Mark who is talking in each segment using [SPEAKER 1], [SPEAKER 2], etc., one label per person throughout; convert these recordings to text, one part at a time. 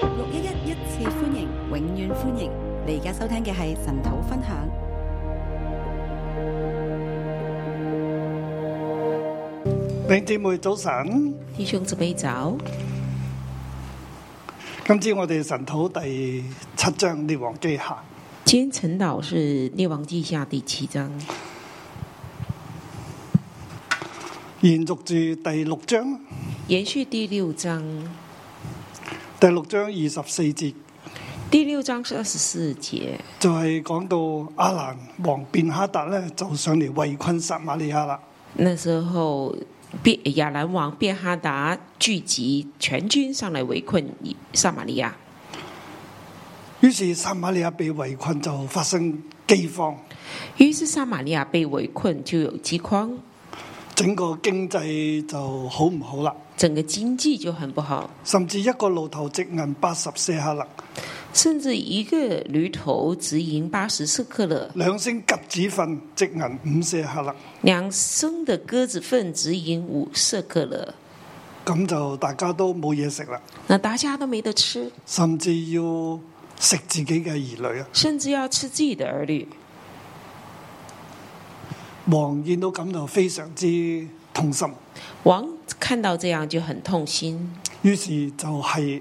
[SPEAKER 1] 六一一一次歡迎，永遠歡迎！你而家收聽嘅係神土分享。
[SPEAKER 2] 弟兄姊妹早晨，
[SPEAKER 3] 弟兄姊妹早，
[SPEAKER 2] 今朝我哋神土第七章列王記下，
[SPEAKER 3] 今天晨祷是《列王记下》第七章，
[SPEAKER 2] 延續住第六章，
[SPEAKER 3] 延续第六章。
[SPEAKER 2] 第六章二十四節
[SPEAKER 3] 第六章是二十四节，
[SPEAKER 2] 就係、講到亞蘭王便哈達咧就上嚟圍困撒瑪利亞啦。
[SPEAKER 3] 那时候便亚兰王便哈达聚集全军上来围困以撒玛利亚，
[SPEAKER 2] 於是撒瑪利亞被圍困就發生饑荒，
[SPEAKER 3] 于是撒玛利亚被围困，就有饥荒，
[SPEAKER 2] 整個經濟就好唔好啦。
[SPEAKER 3] 整个经济就很不好，
[SPEAKER 2] 甚至一個路頭值銀八十四下勒，
[SPEAKER 3] 甚至一个驴头直营八十四克勒，
[SPEAKER 2] 兩升及子份值銀五四下勒，
[SPEAKER 3] 两升的鸽子粪直营五色克勒，
[SPEAKER 2] 咁就大家都冇嘢食啦。
[SPEAKER 3] 那大家都没得吃。
[SPEAKER 2] 甚至要食自己嘅兒女啊！
[SPEAKER 3] 甚至要吃自己的儿女。
[SPEAKER 2] 王見到咁就非常之痛心，
[SPEAKER 3] 王看到这样就很痛心，
[SPEAKER 2] 於是就係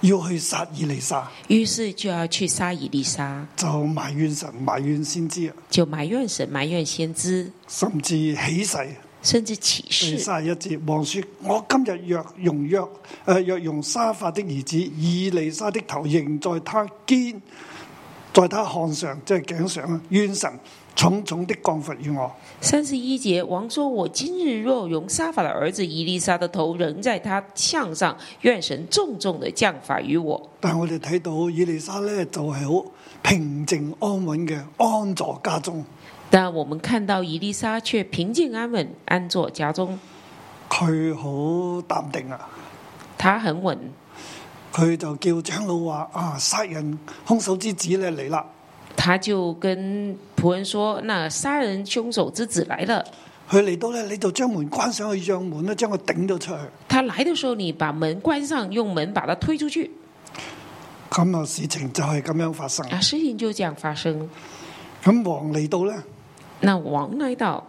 [SPEAKER 2] 要去殺以利沙，
[SPEAKER 3] 于是就要去杀以利沙，
[SPEAKER 2] 就埋怨神、埋怨先知啊，
[SPEAKER 3] 就埋怨神、埋怨先知，
[SPEAKER 2] 甚至起誓。
[SPEAKER 3] 甚至起
[SPEAKER 2] 第
[SPEAKER 3] 誓。
[SPEAKER 2] 三十一節，王說：我今日若用約誒若用沙法的兒子以利沙的頭仍在他肩，在他項上，即係頸上啊！願神重重的降罰與我。
[SPEAKER 3] 三十一节，王说：“我今日若容沙法的儿子以利沙的头仍在他项上，愿神重重的降法于我。
[SPEAKER 2] 但我哋睇到以利沙咧就係好平靜安穩嘅安坐家中，”
[SPEAKER 3] 但我们看到以利沙却平静安稳安坐家中，
[SPEAKER 2] 佢好淡定啊！
[SPEAKER 3] 她很稳。
[SPEAKER 2] 佢就叫長老話啊，殺人兇手之子咧嚟啦！
[SPEAKER 3] 她就跟仆人说：“那杀人凶手之子来了。”
[SPEAKER 2] 佢嚟到咧，你就將門關上去，讓門咧將佢頂咗出去。
[SPEAKER 3] 他来的时候，你把门关上，用门把他推出去
[SPEAKER 2] 咁啊，事情就係咁樣發生。
[SPEAKER 3] 啊！事情就这样发生。
[SPEAKER 2] 咁王嚟到咧，
[SPEAKER 3] 那王来到，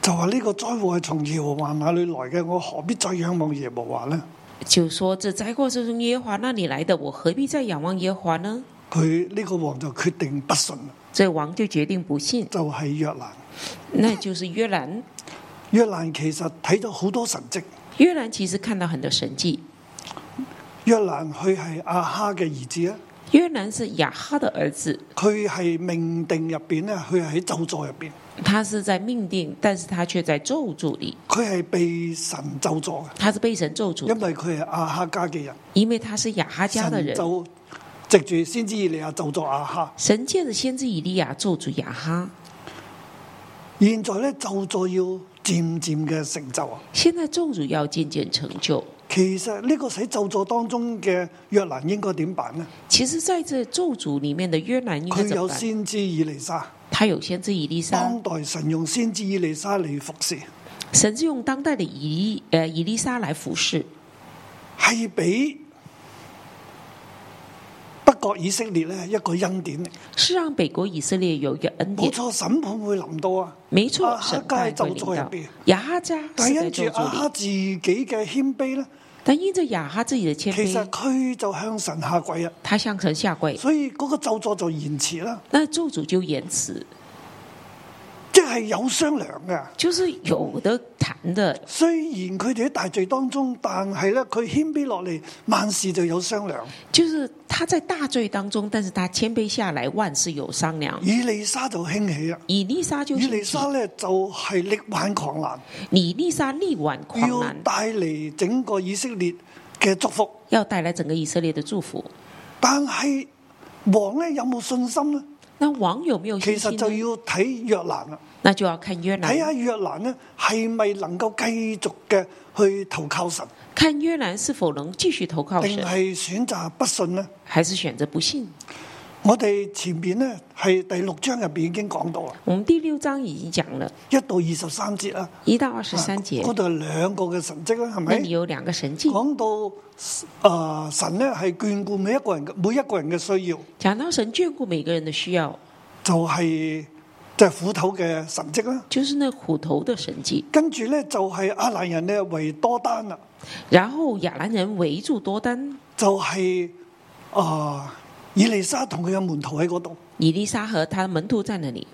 [SPEAKER 2] 就話呢個災禍係從耶和華那裏來嘅，我何必再仰望耶和華呢？
[SPEAKER 3] 就说：“这灾祸是从耶和华那里来的，我何必再仰望耶和华呢
[SPEAKER 2] 佢呢個王就決定不信，？”
[SPEAKER 3] 这王就决定不信，
[SPEAKER 2] 就係約蘭。
[SPEAKER 3] 那就是约兰。
[SPEAKER 2] 約蘭其實睇咗好多神跡。
[SPEAKER 3] 约兰其实看到很多神迹。
[SPEAKER 2] 約蘭佢係阿哈嘅兒子啊，
[SPEAKER 3] 约兰是雅哈的儿子，
[SPEAKER 2] 佢係命定入邊咧，佢係喺咒詛入邊，
[SPEAKER 3] 他是在命定，但是他却在咒诅里，
[SPEAKER 2] 佢係被神咒詛嘅，
[SPEAKER 3] 他是被神咒诅
[SPEAKER 2] 因，為佢係阿哈家嘅人，
[SPEAKER 3] 因为他是雅哈嗯家的
[SPEAKER 2] 神
[SPEAKER 3] 人。
[SPEAKER 2] 就藉住先知以利亞咒詛阿哈。
[SPEAKER 3] 神借着先知以利亚咒诅雅哈，
[SPEAKER 2] 現在咧咒詛要漸漸嘅成就啊！
[SPEAKER 3] 现在咒诅要渐渐成就。
[SPEAKER 2] 其實呢個喺咒詛當中嘅約蘭應該點辦呢？
[SPEAKER 3] 其实，在这咒诅里面的约兰应该
[SPEAKER 2] 佢
[SPEAKER 3] 怎么
[SPEAKER 2] 有
[SPEAKER 3] 办？
[SPEAKER 2] 先知以利沙，
[SPEAKER 3] 他有先知以利沙，
[SPEAKER 2] 當代神用先知以利沙嚟服侍，
[SPEAKER 3] 神是用当代的以呃以利沙来服侍，
[SPEAKER 2] 係俾北國以色列咧一個恩典嚟。
[SPEAKER 3] 是让北国以色列有一个恩
[SPEAKER 2] 冇
[SPEAKER 3] 典。
[SPEAKER 2] 錯，審判會臨到啊！
[SPEAKER 3] 没
[SPEAKER 2] 阿
[SPEAKER 3] 错，
[SPEAKER 2] 哈
[SPEAKER 3] 神
[SPEAKER 2] 家
[SPEAKER 3] 派
[SPEAKER 2] 喺咒
[SPEAKER 3] 会
[SPEAKER 2] 诅
[SPEAKER 3] 领
[SPEAKER 2] 入
[SPEAKER 3] 到
[SPEAKER 2] 边
[SPEAKER 3] 雅哈家
[SPEAKER 2] 但
[SPEAKER 3] 是
[SPEAKER 2] 係
[SPEAKER 3] 在
[SPEAKER 2] 因住
[SPEAKER 3] 咒
[SPEAKER 2] 阿
[SPEAKER 3] 诅
[SPEAKER 2] 哈
[SPEAKER 3] 里，
[SPEAKER 2] 自己嘅謙卑咧，
[SPEAKER 3] 但因着雅哈自己的谦
[SPEAKER 2] 其實
[SPEAKER 3] 卑，
[SPEAKER 2] 佢就向神下跪啊，
[SPEAKER 3] 他向神下跪，
[SPEAKER 2] 所以嗰個咒詛就延遲啦，
[SPEAKER 3] 那咒诅就延迟，
[SPEAKER 2] 即係有商量嘅。
[SPEAKER 3] 就是有的谈的。
[SPEAKER 2] 雖然佢哋喺大罪當中，但係咧佢謙卑落嚟，萬事就有商量。
[SPEAKER 3] 就是他在大罪当中，但是他谦卑下来，万事有商量。
[SPEAKER 2] 以利沙就興起啊！
[SPEAKER 3] 以利沙就
[SPEAKER 2] 以利
[SPEAKER 3] 兴起，
[SPEAKER 2] 沙咧就係力挽狂瀾，
[SPEAKER 3] 以利沙力挽狂
[SPEAKER 2] 要
[SPEAKER 3] 澜，
[SPEAKER 2] 帶嚟整個以色列嘅祝福。
[SPEAKER 3] 要带来整个以色列的祝福。
[SPEAKER 2] 但係王咧有冇信心呢？
[SPEAKER 3] 那王有没有
[SPEAKER 2] 其
[SPEAKER 3] 信
[SPEAKER 2] 實
[SPEAKER 3] 心
[SPEAKER 2] 就
[SPEAKER 3] 呢？
[SPEAKER 2] 要睇約蘭啦。
[SPEAKER 3] 那就要看约
[SPEAKER 2] 睇下
[SPEAKER 3] 兰，
[SPEAKER 2] 約蘭呢係咪能夠繼續嘅去投靠神，
[SPEAKER 3] 看哦约兰是否能继续投靠
[SPEAKER 2] 定
[SPEAKER 3] 神，
[SPEAKER 2] 係選擇不信呢？
[SPEAKER 3] 还是选择不信？
[SPEAKER 2] 我哋前面呢，係第六章入邊已經講到啦，
[SPEAKER 3] 我们第六章已经讲了
[SPEAKER 2] 一到二十三節啦，
[SPEAKER 3] 一到二十三节，
[SPEAKER 2] 嗰度有兩個嘅神跡啦，係
[SPEAKER 3] 那里
[SPEAKER 2] 咪？
[SPEAKER 3] 有两个神迹，
[SPEAKER 2] 講到啊、神咧係眷顧每一個人嘅每一個人嘅需要，
[SPEAKER 3] 讲到神眷顾每个人的需要，
[SPEAKER 2] 就係即係斧頭嘅神跡啦。
[SPEAKER 3] 就是那虎头的神迹。
[SPEAKER 2] 跟住咧就係阿蘭人咧為多丹啦，
[SPEAKER 3] 然后亚兰人围住多丹，
[SPEAKER 2] 就係、啊、以利沙同佢嘅門徒喺嗰度，
[SPEAKER 3] 以利沙和他的門徒在那里，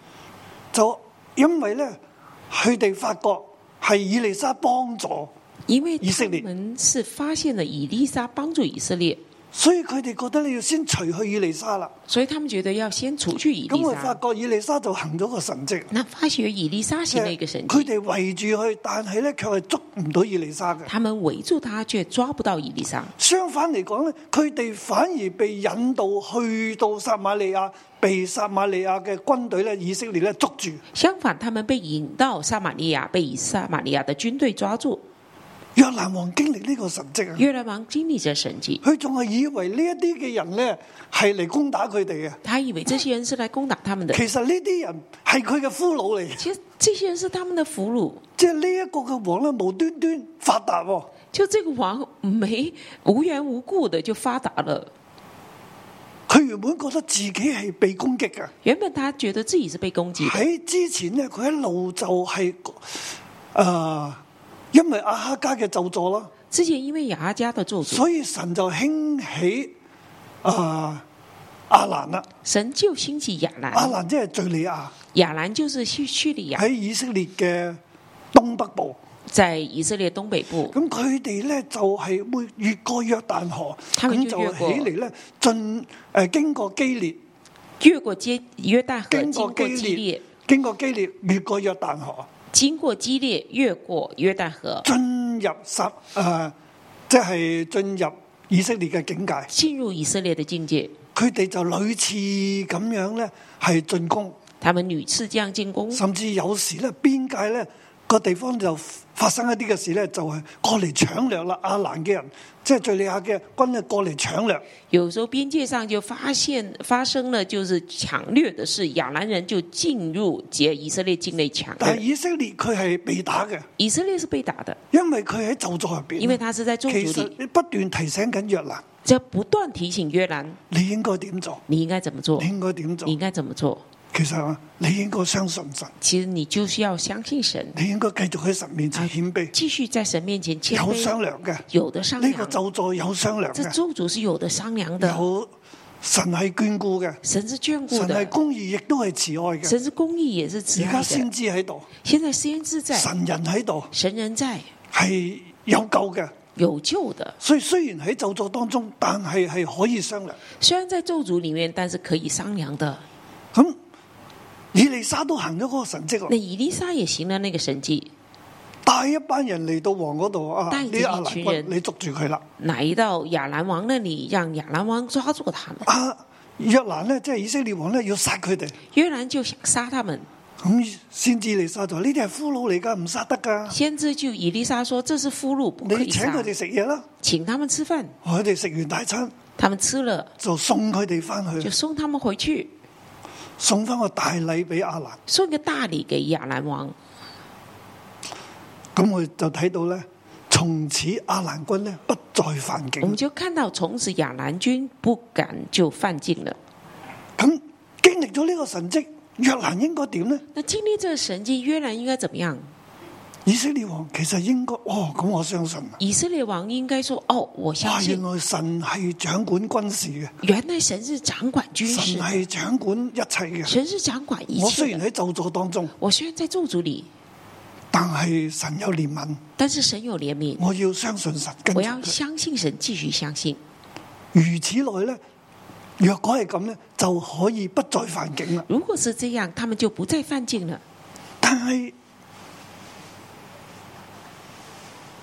[SPEAKER 2] 就因為咧佢哋發覺係以利沙幫助，
[SPEAKER 3] 因为
[SPEAKER 2] 以色
[SPEAKER 3] 他
[SPEAKER 2] 列
[SPEAKER 3] 们是发现了以利沙帮助以色列，
[SPEAKER 2] 所以佢哋覺得你要先除去以利沙啦。
[SPEAKER 3] 所以他们觉得要先除去以
[SPEAKER 2] 咁
[SPEAKER 3] 利
[SPEAKER 2] 佢發
[SPEAKER 3] 沙。
[SPEAKER 2] 覺以利沙就行咗個神跡，
[SPEAKER 3] 那发觉以利沙
[SPEAKER 2] 哎
[SPEAKER 3] 行了一个神
[SPEAKER 2] 佢
[SPEAKER 3] 迹，
[SPEAKER 2] 哋圍住佢，但係咧卻係捉唔到以利沙嘅。
[SPEAKER 3] 他们围住他却抓不到以利沙，
[SPEAKER 2] 相反嚟講咧，佢哋反而被引導去到撒瑪利亞，被撒瑪利亞嘅軍隊咧、以色列咧捉住，
[SPEAKER 3] 相反，他们被引到撒玛利亚，被以撒玛利亚的军隊抓住。
[SPEAKER 2] 約蘭王經歷呢個神跡啊！
[SPEAKER 3] 约兰王经历着神迹，
[SPEAKER 2] 佢仲係以為呢一啲嘅人咧係嚟攻打佢哋嘅，
[SPEAKER 3] 他以为这些人是来攻打他们的，
[SPEAKER 2] 其實呢啲人係佢嘅俘虜嚟嘅，
[SPEAKER 3] 其实这些人是他们的俘虜。
[SPEAKER 2] 即係呢一個嘅王咧無端端發達喎，
[SPEAKER 3] 就这个王没无缘无故的就发达了。
[SPEAKER 2] 佢原本覺得自己係被攻擊嘅，
[SPEAKER 3] 原本他觉得自己是被攻击的，
[SPEAKER 2] 喺之前咧佢一路就係、呃因為阿哈加嘅咒助啦。
[SPEAKER 3] 之前因为雅加的咒诅，
[SPEAKER 2] 所以神就興起啊亞蘭啦，
[SPEAKER 3] 神就兴起亚
[SPEAKER 2] 亞
[SPEAKER 3] 兰，
[SPEAKER 2] 蘭即係敍利亞
[SPEAKER 3] 亚兰就是叙叙利亚，
[SPEAKER 2] 喺以色列嘅東北部，
[SPEAKER 3] 在以色列东北部，
[SPEAKER 2] 咁佢哋咧就係、會越過約旦河，
[SPEAKER 3] 他們
[SPEAKER 2] 咁
[SPEAKER 3] 就
[SPEAKER 2] 就
[SPEAKER 3] 越
[SPEAKER 2] 起
[SPEAKER 3] 過
[SPEAKER 2] 嚟咧進誒、呃、經過基列，
[SPEAKER 3] 越过接约旦河，
[SPEAKER 2] 經
[SPEAKER 3] 经
[SPEAKER 2] 過
[SPEAKER 3] 过
[SPEAKER 2] 基
[SPEAKER 3] 基
[SPEAKER 2] 列
[SPEAKER 3] 列，，
[SPEAKER 2] 經過基列，越過約旦河，
[SPEAKER 3] 经过基列，越过约旦河，
[SPEAKER 2] 進入撒誒、呃即係進入以色列嘅境界，
[SPEAKER 3] 进入以色列的境界。
[SPEAKER 2] 佢哋就屢次咁樣咧係進攻。
[SPEAKER 3] 他们屡次这样进攻，
[SPEAKER 2] 甚至有時咧邊界咧個地方就發生一啲嘅事咧，就係過嚟搶掠啦。阿蘭嘅人即係敍利亞嘅軍咧過嚟搶掠，
[SPEAKER 3] 有时候边界上就发现发生了就是抢掠的事，亚兰人就进入解以色列境内抢
[SPEAKER 2] 但係
[SPEAKER 3] 掠。
[SPEAKER 2] 以色列佢係被打嘅，
[SPEAKER 3] 以色列是被打的，
[SPEAKER 2] 因為佢喺咒詛入邊。
[SPEAKER 3] 因为他是在咒
[SPEAKER 2] 其
[SPEAKER 3] 诅里，
[SPEAKER 2] 實不斷提醒緊約蘭，
[SPEAKER 3] 在不断提醒约兰，
[SPEAKER 2] 你應該點做？
[SPEAKER 3] 你应该怎么做
[SPEAKER 2] 你，應該點做
[SPEAKER 3] 你？应该怎么做。
[SPEAKER 2] 其實啊，你應該相信神，
[SPEAKER 3] 其实你就是要相信神，
[SPEAKER 2] 你應該繼續喺神面前謙卑，
[SPEAKER 3] 继续在神面前啊谦
[SPEAKER 2] 有
[SPEAKER 3] 卑，
[SPEAKER 2] 商量嘅。
[SPEAKER 3] 有的商
[SPEAKER 2] 呢個
[SPEAKER 3] 量。
[SPEAKER 2] 咒詛有商量
[SPEAKER 3] 这
[SPEAKER 2] 嘅，
[SPEAKER 3] 咒诅是有的商量的，
[SPEAKER 2] 有神係眷顧嘅，
[SPEAKER 3] 神是眷顾
[SPEAKER 2] 神係
[SPEAKER 3] 的，
[SPEAKER 2] 公義，亦都係慈愛嘅。
[SPEAKER 3] 神是公义也是慈
[SPEAKER 2] 而
[SPEAKER 3] 爱
[SPEAKER 2] 家
[SPEAKER 3] 的
[SPEAKER 2] 先。知喺度。
[SPEAKER 3] 现在先知在，
[SPEAKER 2] 神人喺度
[SPEAKER 3] 神人在，
[SPEAKER 2] 係有救嘅，
[SPEAKER 3] 有救的。
[SPEAKER 2] 所以雖然喺咒作當中，但係係可以商量。
[SPEAKER 3] 虽然在咒诅里面，但是可以商量的。
[SPEAKER 2] 咁以利沙都行咗嗰個神迹
[SPEAKER 3] 那
[SPEAKER 2] 喎，
[SPEAKER 3] 以利沙也行了那个神迹，
[SPEAKER 2] 帶一班人嚟到王嗰度啊，
[SPEAKER 3] 帶
[SPEAKER 2] 呢
[SPEAKER 3] 住一
[SPEAKER 2] 亞蘭
[SPEAKER 3] 群
[SPEAKER 2] 軍
[SPEAKER 3] 人
[SPEAKER 2] 你捉住佢啦。
[SPEAKER 3] 来到亚兰王那里，让亚兰王抓住他们。
[SPEAKER 2] 啊，約蘭呢，即係以色列王呢，要殺佢哋。
[SPEAKER 3] 约兰就想杀他们，
[SPEAKER 2] 咁先知以利沙就話呢啲係俘虜嚟㗎，唔殺得㗎。
[SPEAKER 3] 先知就以利沙说：“这是俘虜，不可
[SPEAKER 2] 你
[SPEAKER 3] 以
[SPEAKER 2] 請
[SPEAKER 3] 杀
[SPEAKER 2] 佢，哋食嘢啦，
[SPEAKER 3] 请他们吃饭。
[SPEAKER 2] 佢哋食完大餐”
[SPEAKER 3] 他们吃了，
[SPEAKER 2] 就送佢哋翻
[SPEAKER 3] 就
[SPEAKER 2] 去，
[SPEAKER 3] 送他们回去，
[SPEAKER 2] 送翻個大禮俾亞蘭。
[SPEAKER 3] 送个大礼给亚兰王。
[SPEAKER 2] 咁我就睇到咧，從此阿蘭軍咧不再犯
[SPEAKER 3] 我
[SPEAKER 2] 境。
[SPEAKER 3] 们就看到，从此亚兰军不敢就犯禁了。
[SPEAKER 2] 咁經歷咗呢個神蹟，約蘭應該點呢？
[SPEAKER 3] 那经历这神迹，约兰应该怎么样？
[SPEAKER 2] 以色列王其實應該，哦，咁我相信啊，
[SPEAKER 3] 以色列王应该说：“哦，我相
[SPEAKER 2] 哇，原
[SPEAKER 3] 信，
[SPEAKER 2] 來神係掌管軍事嘅，
[SPEAKER 3] 原来神是掌管军事
[SPEAKER 2] 神
[SPEAKER 3] 的，
[SPEAKER 2] 係掌管一切嘅。
[SPEAKER 3] 神是掌管一
[SPEAKER 2] 我雖
[SPEAKER 3] 切
[SPEAKER 2] 然
[SPEAKER 3] 的。
[SPEAKER 2] 喺咒詛當中，
[SPEAKER 3] 我虽然在咒诅里，
[SPEAKER 2] 但係神有憐憫，
[SPEAKER 3] 但是神有怜悯，
[SPEAKER 2] 我要相信神，跟住
[SPEAKER 3] 我要
[SPEAKER 2] 佢。
[SPEAKER 3] 相信神，继续相信。
[SPEAKER 2] 如此來咧，若果係咁咧，就可以不再犯境啦。
[SPEAKER 3] 如果是这样，他们就不再犯禁了。
[SPEAKER 2] 但係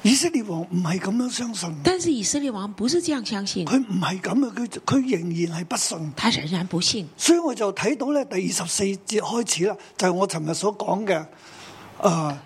[SPEAKER 2] 以色列王唔係咁樣相信。
[SPEAKER 3] 但是以色列王不是这样相信，
[SPEAKER 2] 佢唔係咁啊，佢佢仍然係不信，
[SPEAKER 3] 他仍然不信。
[SPEAKER 2] 所以我就睇到咧第二十四節開始啦，就係、我尋日所講嘅，誒、呃，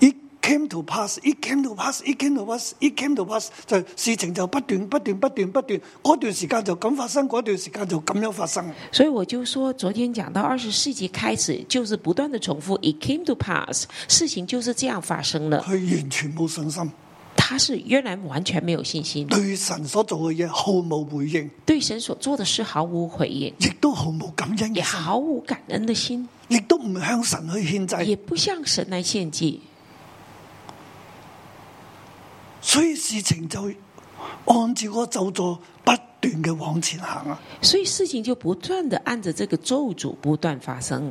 [SPEAKER 2] 以 came to pass，it came to pass，it came to pass，it came to pass，就事情就不斷不斷不斷不斷，嗰段時間就咁發生，嗰段時間就咁樣發生。
[SPEAKER 3] 所以我就说，昨天讲到二十世纪开始，就是不断的重复，it came to pass，事情就是这样发生了。
[SPEAKER 2] 佢完全冇信心，
[SPEAKER 3] 他是约兰完全没有信心，
[SPEAKER 2] 對神所做嘅嘢毫無回應，
[SPEAKER 3] 对神所做的事毫无回应，
[SPEAKER 2] 亦都毫無感恩
[SPEAKER 3] 也
[SPEAKER 2] 嘅心，
[SPEAKER 3] 毫无感恩的心，
[SPEAKER 2] 亦都唔向神去獻祭。
[SPEAKER 3] 也不向神来献祭，
[SPEAKER 2] 所以事情就按照個咒座不斷嘅往前行啊！
[SPEAKER 3] 所以事情就不断的按着这个咒诅不断发生，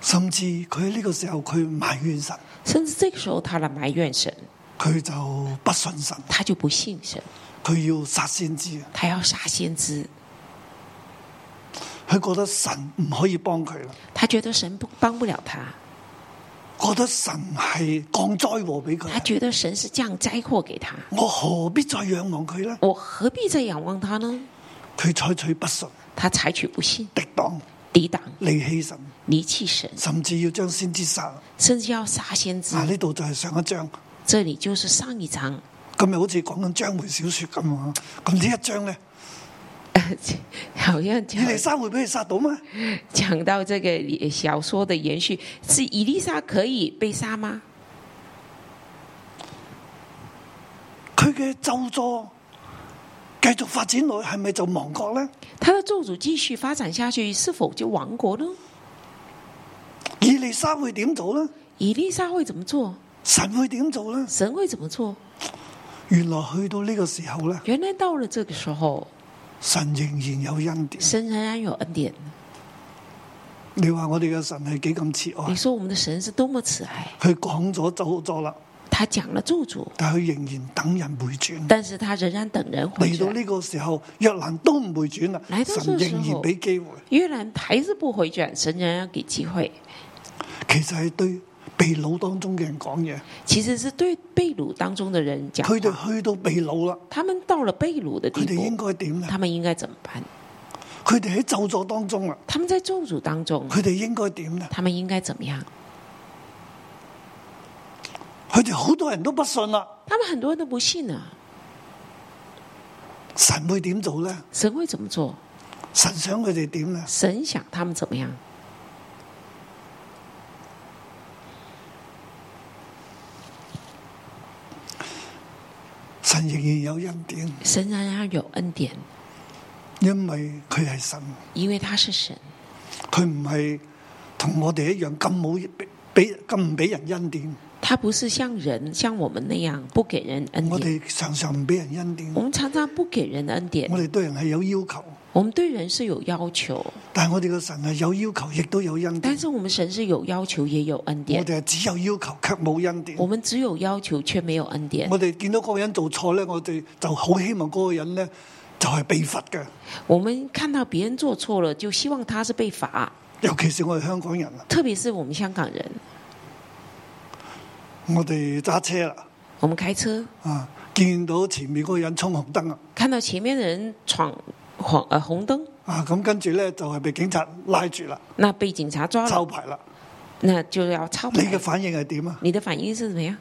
[SPEAKER 2] 甚至佢呢個時候佢埋怨神，
[SPEAKER 3] 甚至这个时候他来埋怨神，
[SPEAKER 2] 佢就不信神，
[SPEAKER 3] 他就不信神，
[SPEAKER 2] 佢要殺先知啊！
[SPEAKER 3] 他要杀先知，
[SPEAKER 2] 佢覺得神唔可以幫佢啦，
[SPEAKER 3] 他觉得神不帮不了他，
[SPEAKER 2] 覺得神係降災禍俾佢
[SPEAKER 3] 他，觉得神是降灾祸给他，
[SPEAKER 2] 我何必再仰望佢呢？
[SPEAKER 3] 我何必再仰望他呢？
[SPEAKER 2] 佢採取不信、
[SPEAKER 3] 他采取不信、
[SPEAKER 2] 敵擋、
[SPEAKER 3] 抵挡、
[SPEAKER 2] 離棄神，
[SPEAKER 3] 离弃神，
[SPEAKER 2] 甚至要將先知殺。
[SPEAKER 3] 甚至要杀先知
[SPEAKER 2] 嗱、。呢度就係上一章，
[SPEAKER 3] 这里就是上一章，
[SPEAKER 2] 今日好似講緊章回小说咁啊！咁呢一章呢，
[SPEAKER 3] 好像
[SPEAKER 2] 以利
[SPEAKER 3] 讲
[SPEAKER 2] 沙會俾佢殺到咩？
[SPEAKER 3] 讲到这个小说的延续，是以丽莎可以被杀吗？
[SPEAKER 2] 佢嘅咒詛繼續發展落去，係咪就亡國呢？
[SPEAKER 3] 他的咒诅继续发展下去，是否就亡国呢？
[SPEAKER 2] 以利沙會點做呢？
[SPEAKER 3] 以丽莎会怎么做？
[SPEAKER 2] 神會點做呢？
[SPEAKER 3] 神会怎么做？
[SPEAKER 2] 原來去到呢個時候呢，
[SPEAKER 3] 原来到了这个时候，
[SPEAKER 2] 神仍然有恩典。
[SPEAKER 3] 神仍然有恩典。
[SPEAKER 2] 你話我哋嘅神係幾咁慈
[SPEAKER 3] 你
[SPEAKER 2] 愛？
[SPEAKER 3] 说我们的神是多么慈爱，
[SPEAKER 2] 佢講咗咒咗啦，
[SPEAKER 3] 他讲了咒诅，
[SPEAKER 2] 但佢仍然等人回轉。
[SPEAKER 3] 但是他仍然等人回
[SPEAKER 2] 嚟到
[SPEAKER 3] 转。
[SPEAKER 2] 呢個時候，約蘭都唔回轉啦，
[SPEAKER 3] 嚟到
[SPEAKER 2] 神
[SPEAKER 3] 呢個時候
[SPEAKER 2] 仍然俾機會。
[SPEAKER 3] 约兰还是不回转，神仍然给机会。
[SPEAKER 2] 其實係對被掳當中嘅人講嘢，
[SPEAKER 3] 其实是对被掳当中的人讲话，
[SPEAKER 2] 佢哋去到被掳啦，
[SPEAKER 3] 他们到了被掳的地
[SPEAKER 2] 佢哋應
[SPEAKER 3] 步，
[SPEAKER 2] 該點呢？
[SPEAKER 3] 他们应该怎么办？
[SPEAKER 2] 佢哋喺咒詛當中啦，
[SPEAKER 3] 他们在咒诅当中，
[SPEAKER 2] 佢哋應該點呢？
[SPEAKER 3] 他们应该怎么样？
[SPEAKER 2] 佢哋好多人都不信啦，
[SPEAKER 3] 他们很多人都不信啊，
[SPEAKER 2] 神會點做呢？
[SPEAKER 3] 神会怎么做？
[SPEAKER 2] 神想佢哋點呢？
[SPEAKER 3] 神想他们怎么样？
[SPEAKER 2] 神仍然有恩典，
[SPEAKER 3] 神仍然有恩典，
[SPEAKER 2] 因為佢係神，
[SPEAKER 3] 因为他是神，
[SPEAKER 2] 佢唔係同我哋一樣咁冇俾咁唔俾人恩典。
[SPEAKER 3] 他不是像人像我们那样不给人恩
[SPEAKER 2] 我
[SPEAKER 3] 典。
[SPEAKER 2] 哋常常唔俾人恩典
[SPEAKER 3] 我，们常常不给人恩典
[SPEAKER 2] 我，哋對人係有要求，
[SPEAKER 3] 我们对人是有要求，
[SPEAKER 2] 但係我哋嘅神係有要求，亦都有恩
[SPEAKER 3] 但
[SPEAKER 2] 典。
[SPEAKER 3] 是我们神是有要求也有恩
[SPEAKER 2] 我
[SPEAKER 3] 典，
[SPEAKER 2] 哋係只有要求，卻冇恩典
[SPEAKER 3] 我。们只有要求却没有恩典。
[SPEAKER 2] 我哋見到嗰個人做錯咧，我哋就好希望嗰個人咧就係被罰嘅，
[SPEAKER 3] 我们看到别人做错了，就希望他是被罚，
[SPEAKER 2] 尤其是我哋香港人啊，
[SPEAKER 3] 特别是我们香港人，
[SPEAKER 2] 我哋揸車啦，
[SPEAKER 3] 我们开车
[SPEAKER 2] 啊，見到前面嗰個人衝紅燈啊，
[SPEAKER 3] 看到前面的人闯黄呃红灯，
[SPEAKER 2] 啊咁跟住咧就係被警察拉住啦，
[SPEAKER 3] 那被警察抓
[SPEAKER 2] 抄
[SPEAKER 3] 了，
[SPEAKER 2] 牌啦。
[SPEAKER 3] 那就要抄
[SPEAKER 2] 你
[SPEAKER 3] 牌。
[SPEAKER 2] 嘅反應係點啊？
[SPEAKER 3] 你的反应是怎么样？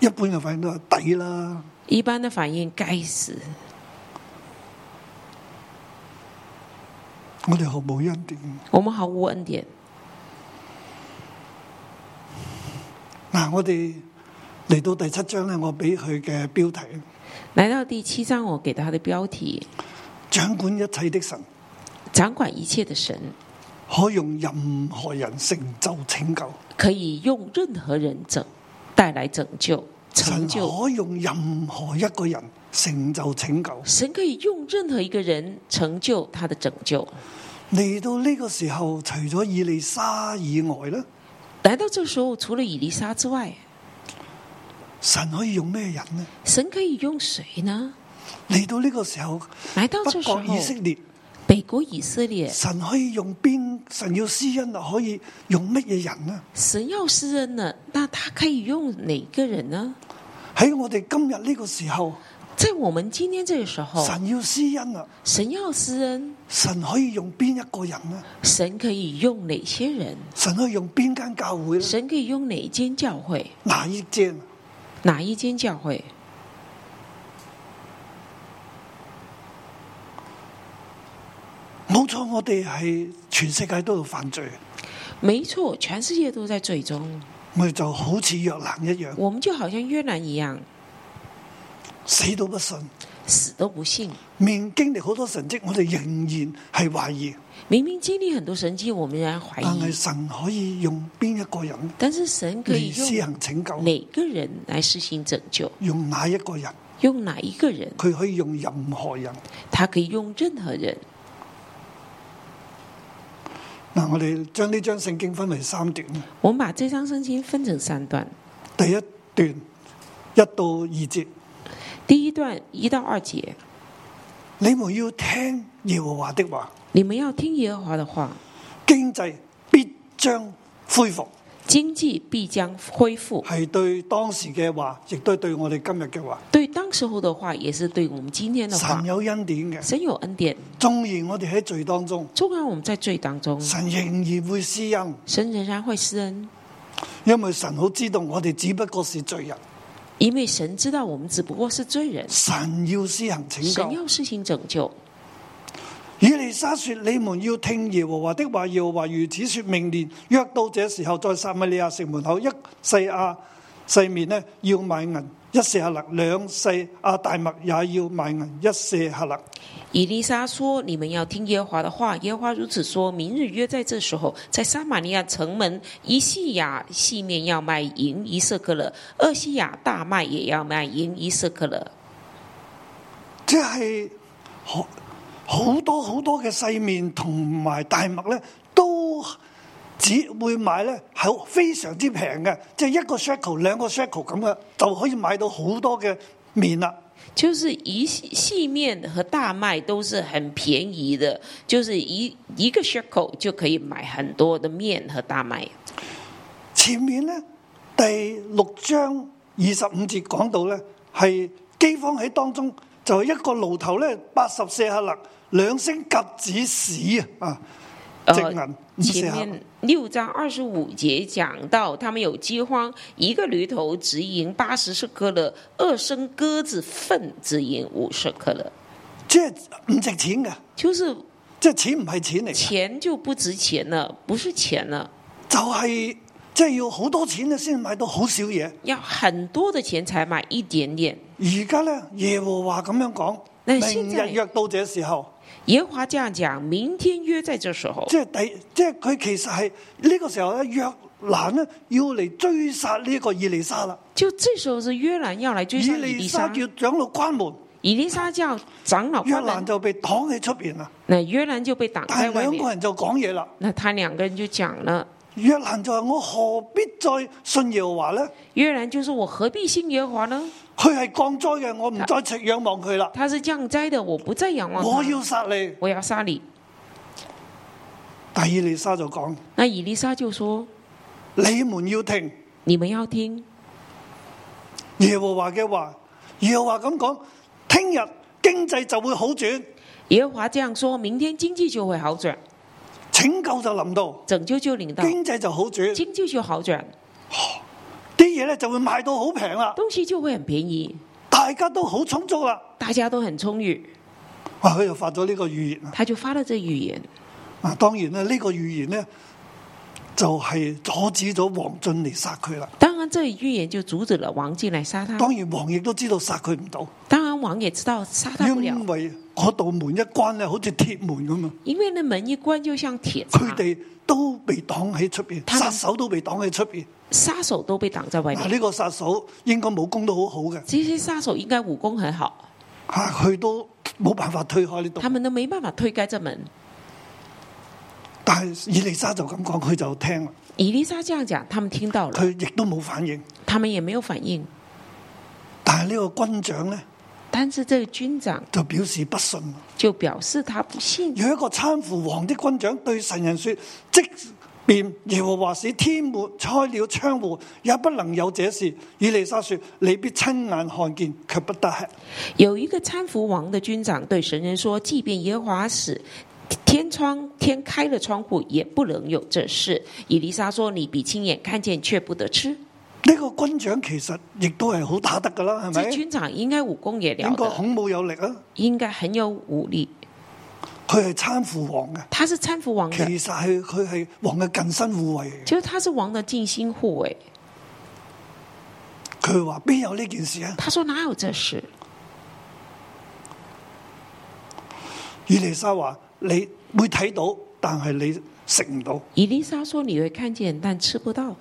[SPEAKER 2] 一般嘅反應都係抵啦，
[SPEAKER 3] 一般的反应该死，
[SPEAKER 2] 我哋毫無恩典。
[SPEAKER 3] 我们毫无恩典。
[SPEAKER 2] 嗱，我哋嚟到第七章咧，我俾佢嘅標題：
[SPEAKER 3] 来到第七章，我给他的标题：
[SPEAKER 2] 掌管一切的神，
[SPEAKER 3] 掌管一切的神
[SPEAKER 2] 可用任何人成就拯救。
[SPEAKER 3] 可以用任何人拯带来拯救成
[SPEAKER 2] 神
[SPEAKER 3] 就，
[SPEAKER 2] 可用任何一個人成就拯救。
[SPEAKER 3] 神可以用任何一个人成就他的拯救。
[SPEAKER 2] 嚟到呢個時候，除咗以利沙以外咧，
[SPEAKER 3] 来到这时候，除了以丽莎之外，
[SPEAKER 2] 神可以用咩人呢？
[SPEAKER 3] 神可以用谁呢？
[SPEAKER 2] 嚟到呢個時候，
[SPEAKER 3] 来到
[SPEAKER 2] 北
[SPEAKER 3] 这时候
[SPEAKER 2] 國，以色列，
[SPEAKER 3] 北国以色列，
[SPEAKER 2] 神可以用邊？神要施恩啊，可以用乜嘢人呢？
[SPEAKER 3] 神要施恩了，那他可以用哪个人呢？
[SPEAKER 2] 喺我哋今日呢個時候，
[SPEAKER 3] 在我们今天这个时候，
[SPEAKER 2] 神要施恩啦，
[SPEAKER 3] 神要施恩，
[SPEAKER 2] 神可以用邊一個人呢？
[SPEAKER 3] 神可以用哪些人？
[SPEAKER 2] 神可以用邊間教會呢？
[SPEAKER 3] 神可以用哪一间教会？
[SPEAKER 2] 哪一間？
[SPEAKER 3] 哪一间教会？
[SPEAKER 2] 冇錯，我哋係全世界都度犯罪，
[SPEAKER 3] 没错，全世界都在最终，
[SPEAKER 2] 我哋就好似約蘭一樣，
[SPEAKER 3] 我们就好像约兰一样，
[SPEAKER 2] 死都不信。
[SPEAKER 3] 死都不信。
[SPEAKER 2] 面經歷好多神蹟，我哋仍然係懷疑，
[SPEAKER 3] 明明经历很多神迹，我们仍然怀
[SPEAKER 2] 但係
[SPEAKER 3] 疑。
[SPEAKER 2] 神可以用邊一個人
[SPEAKER 3] 但是神可以
[SPEAKER 2] 嚟施
[SPEAKER 3] 用
[SPEAKER 2] 行拯救？
[SPEAKER 3] 哪个人来施行拯救？
[SPEAKER 2] 用哪一個人？
[SPEAKER 3] 用哪一个人？
[SPEAKER 2] 佢可以用任何人。
[SPEAKER 3] 他可以用任何人。
[SPEAKER 2] 嗱，我哋將呢張聖經分為三段，
[SPEAKER 3] 我们把这张圣经分成三段，
[SPEAKER 2] 第一段一到二節，
[SPEAKER 3] 第一段一到二节，
[SPEAKER 2] 你們要聽耶和華的話，
[SPEAKER 3] 你们要听耶和华的话，
[SPEAKER 2] 經濟必將恢復，
[SPEAKER 3] 经济必将恢复。
[SPEAKER 2] 係對當時嘅話，亦都係對我哋今日嘅話。
[SPEAKER 3] 对当时候的话，也是对我们今天的话
[SPEAKER 2] 神。有恩典嘅，
[SPEAKER 3] 神有恩典，
[SPEAKER 2] 縱然我哋喺罪當中，
[SPEAKER 3] 纵然我们在罪当中，
[SPEAKER 2] 神仍然會施恩，
[SPEAKER 3] 神仍然会施恩，
[SPEAKER 2] 因為神好知道我哋只不過是罪人，
[SPEAKER 3] 因为神知道我们只不过是罪人。
[SPEAKER 2] 神要施行拯
[SPEAKER 3] 神
[SPEAKER 2] 救。
[SPEAKER 3] 要施行拯救。
[SPEAKER 2] 以利沙說：你們要聽耶和華的話，耶和華如此說：明年約到這時候，在撒米利亞城門口一細亞細面呢，要買銀一舍客勒，兩細亞大麥也要買銀一舍客勒。
[SPEAKER 3] 以利沙说：“你们要听耶和华的话。耶和华如此说：明日约在这时候，在撒玛利亚城门，一细亚细面要卖银一色克勒，二西亚大麦也要卖银一色克勒。
[SPEAKER 2] 即係好好多好多嘅細面同埋大麥咧，都只會買咧係非常之平嘅，即係一個 shackle 兩個 shackle 咁嘅，就可以買到好多嘅面啦。
[SPEAKER 3] 就是一细细面和大麦都是很便宜的，就是一一个 shekel 就可以买很多的面和大麦。
[SPEAKER 2] 前面咧第六章二十五節講到咧係饑荒喺當中，就一個爐頭咧八十四克勒，兩升鴿子屎啊！
[SPEAKER 3] 呃
[SPEAKER 2] 隻銀五四
[SPEAKER 3] 前
[SPEAKER 2] 克勒
[SPEAKER 3] 面六章二十五节讲到，他们有饥荒，一个驴头只赢八十舍克勒，二升鸽子粪只赢五舍克勒，
[SPEAKER 2] 即係唔值錢嘅，
[SPEAKER 3] 就是
[SPEAKER 2] 即係錢唔係錢嚟嘅。
[SPEAKER 3] 钱就不值钱了，不是钱了，
[SPEAKER 2] 就係即係要好多錢咧先買到好少嘢。
[SPEAKER 3] 要很多的钱才买一點點。
[SPEAKER 2] 而家咧耶和華咁樣講，
[SPEAKER 3] 但係現
[SPEAKER 2] 明
[SPEAKER 3] 在
[SPEAKER 2] 日約到這時候，
[SPEAKER 3] 耶和華這樣講，明天约在这时候，
[SPEAKER 2] 即係第即係佢其實係呢個時候咧約蘭咧要嚟追殺呢個以利沙啦。
[SPEAKER 3] 就这时候是约兰要来追
[SPEAKER 2] 以
[SPEAKER 3] 杀以利
[SPEAKER 2] 利沙
[SPEAKER 3] 沙，
[SPEAKER 2] 叫長老關門，
[SPEAKER 3] 以利沙叫长老
[SPEAKER 2] 約
[SPEAKER 3] 关
[SPEAKER 2] 蘭
[SPEAKER 3] 门，啊
[SPEAKER 2] 就被擋喺出邊啦。
[SPEAKER 3] 那约兰就被挡在
[SPEAKER 2] 但係
[SPEAKER 3] 外
[SPEAKER 2] 兩個
[SPEAKER 3] 面。
[SPEAKER 2] 人就講嘢啦。
[SPEAKER 3] 那他两个人就讲了。
[SPEAKER 2] 約蘭就話：我何必再信耶和華咧？
[SPEAKER 3] 约然就是我何必信耶和华呢？
[SPEAKER 2] 佢係降災嘅，我唔再赤仰望佢啦。
[SPEAKER 3] 他是降灾的，我不再仰望他
[SPEAKER 2] 我要殺你。
[SPEAKER 3] 我要杀你。
[SPEAKER 2] 但以利沙就講：
[SPEAKER 3] 那以利沙就说
[SPEAKER 2] 你們要停。：“
[SPEAKER 3] 你们要听
[SPEAKER 2] 耶和華嘅話，耶和華咁講，聽日經濟就會好轉，
[SPEAKER 3] 耶和华这样说，明天经济就会好转，
[SPEAKER 2] 拯救就臨到，
[SPEAKER 3] 拯救就领到，
[SPEAKER 2] 經濟就好轉，
[SPEAKER 3] 经济就好转，
[SPEAKER 2] 啲嘢咧就會賣到好平啦，
[SPEAKER 3] 东西就会很便宜，
[SPEAKER 2] 大家都好充足啦。
[SPEAKER 3] 大家都很充裕。
[SPEAKER 2] 啊，佢就發咗呢個預言啦。”
[SPEAKER 3] 他就发了这预言。
[SPEAKER 2] 啊，當然咧，呢、個預言咧就係阻止咗王進嚟殺佢啦。
[SPEAKER 3] 当然，这预言就阻止了王进来杀他。
[SPEAKER 2] 當然，王亦都知道殺佢唔到，
[SPEAKER 3] 当然，王也知道杀他不了
[SPEAKER 2] 因，為嗰道門一關咧，好似鐵門咁啊，
[SPEAKER 3] 因为那门一关就像铁
[SPEAKER 2] 佢
[SPEAKER 3] 闸，
[SPEAKER 2] 哋都被擋喺出邊，
[SPEAKER 3] 啊他們
[SPEAKER 2] 殺手都被擋喺出邊。
[SPEAKER 3] 杀手都被挡在外
[SPEAKER 2] 嗱，
[SPEAKER 3] 面。
[SPEAKER 2] 呢個殺手應該武功都好好嘅。
[SPEAKER 3] 这些杀手应该武功很好，
[SPEAKER 2] 吓佢都冇辦法推開呢度
[SPEAKER 3] 他。们都没办法推开这门。
[SPEAKER 2] 但係以利沙就咁講，佢就聽啦，
[SPEAKER 3] 以利沙这样讲，他们听到了，
[SPEAKER 2] 佢亦都冇反應。
[SPEAKER 3] 他们也没有反应。
[SPEAKER 2] 但係呢個軍長咧
[SPEAKER 3] 但是这个军长
[SPEAKER 2] 就表示不信。
[SPEAKER 3] 就表示他不信。
[SPEAKER 2] 有一個參乎王的軍長對神人說：即便耶和华使天門開了窗户，也不能有這事。以利沙說：你必親眼看見，卻不得吃。
[SPEAKER 3] 有一个搀扶王的军长对神人说：“即便耶和华使天窗天开了窗户，也不能有这事。”以利沙说：“你比亲眼看见，却不得吃。
[SPEAKER 2] 呢、個軍長其實亦都係好打得噶啦，”
[SPEAKER 3] 这
[SPEAKER 2] 係咪？
[SPEAKER 3] 军长應該武功也了
[SPEAKER 2] 應該
[SPEAKER 3] 得，
[SPEAKER 2] 孔武有力啊！
[SPEAKER 3] 應該很有武力。
[SPEAKER 2] 佢係參扶王嘅，
[SPEAKER 3] 他是搀扶王的，
[SPEAKER 2] 其實係佢係王嘅近身護衛嚟嘅。
[SPEAKER 3] 就是他是王的近心护卫。
[SPEAKER 2] 佢話邊有呢件事啊？
[SPEAKER 3] 他说：“哪有这事
[SPEAKER 2] 以利沙話：你會睇到，但係你食唔到。？”
[SPEAKER 3] 以利沙说：“你会看见，但吃不到。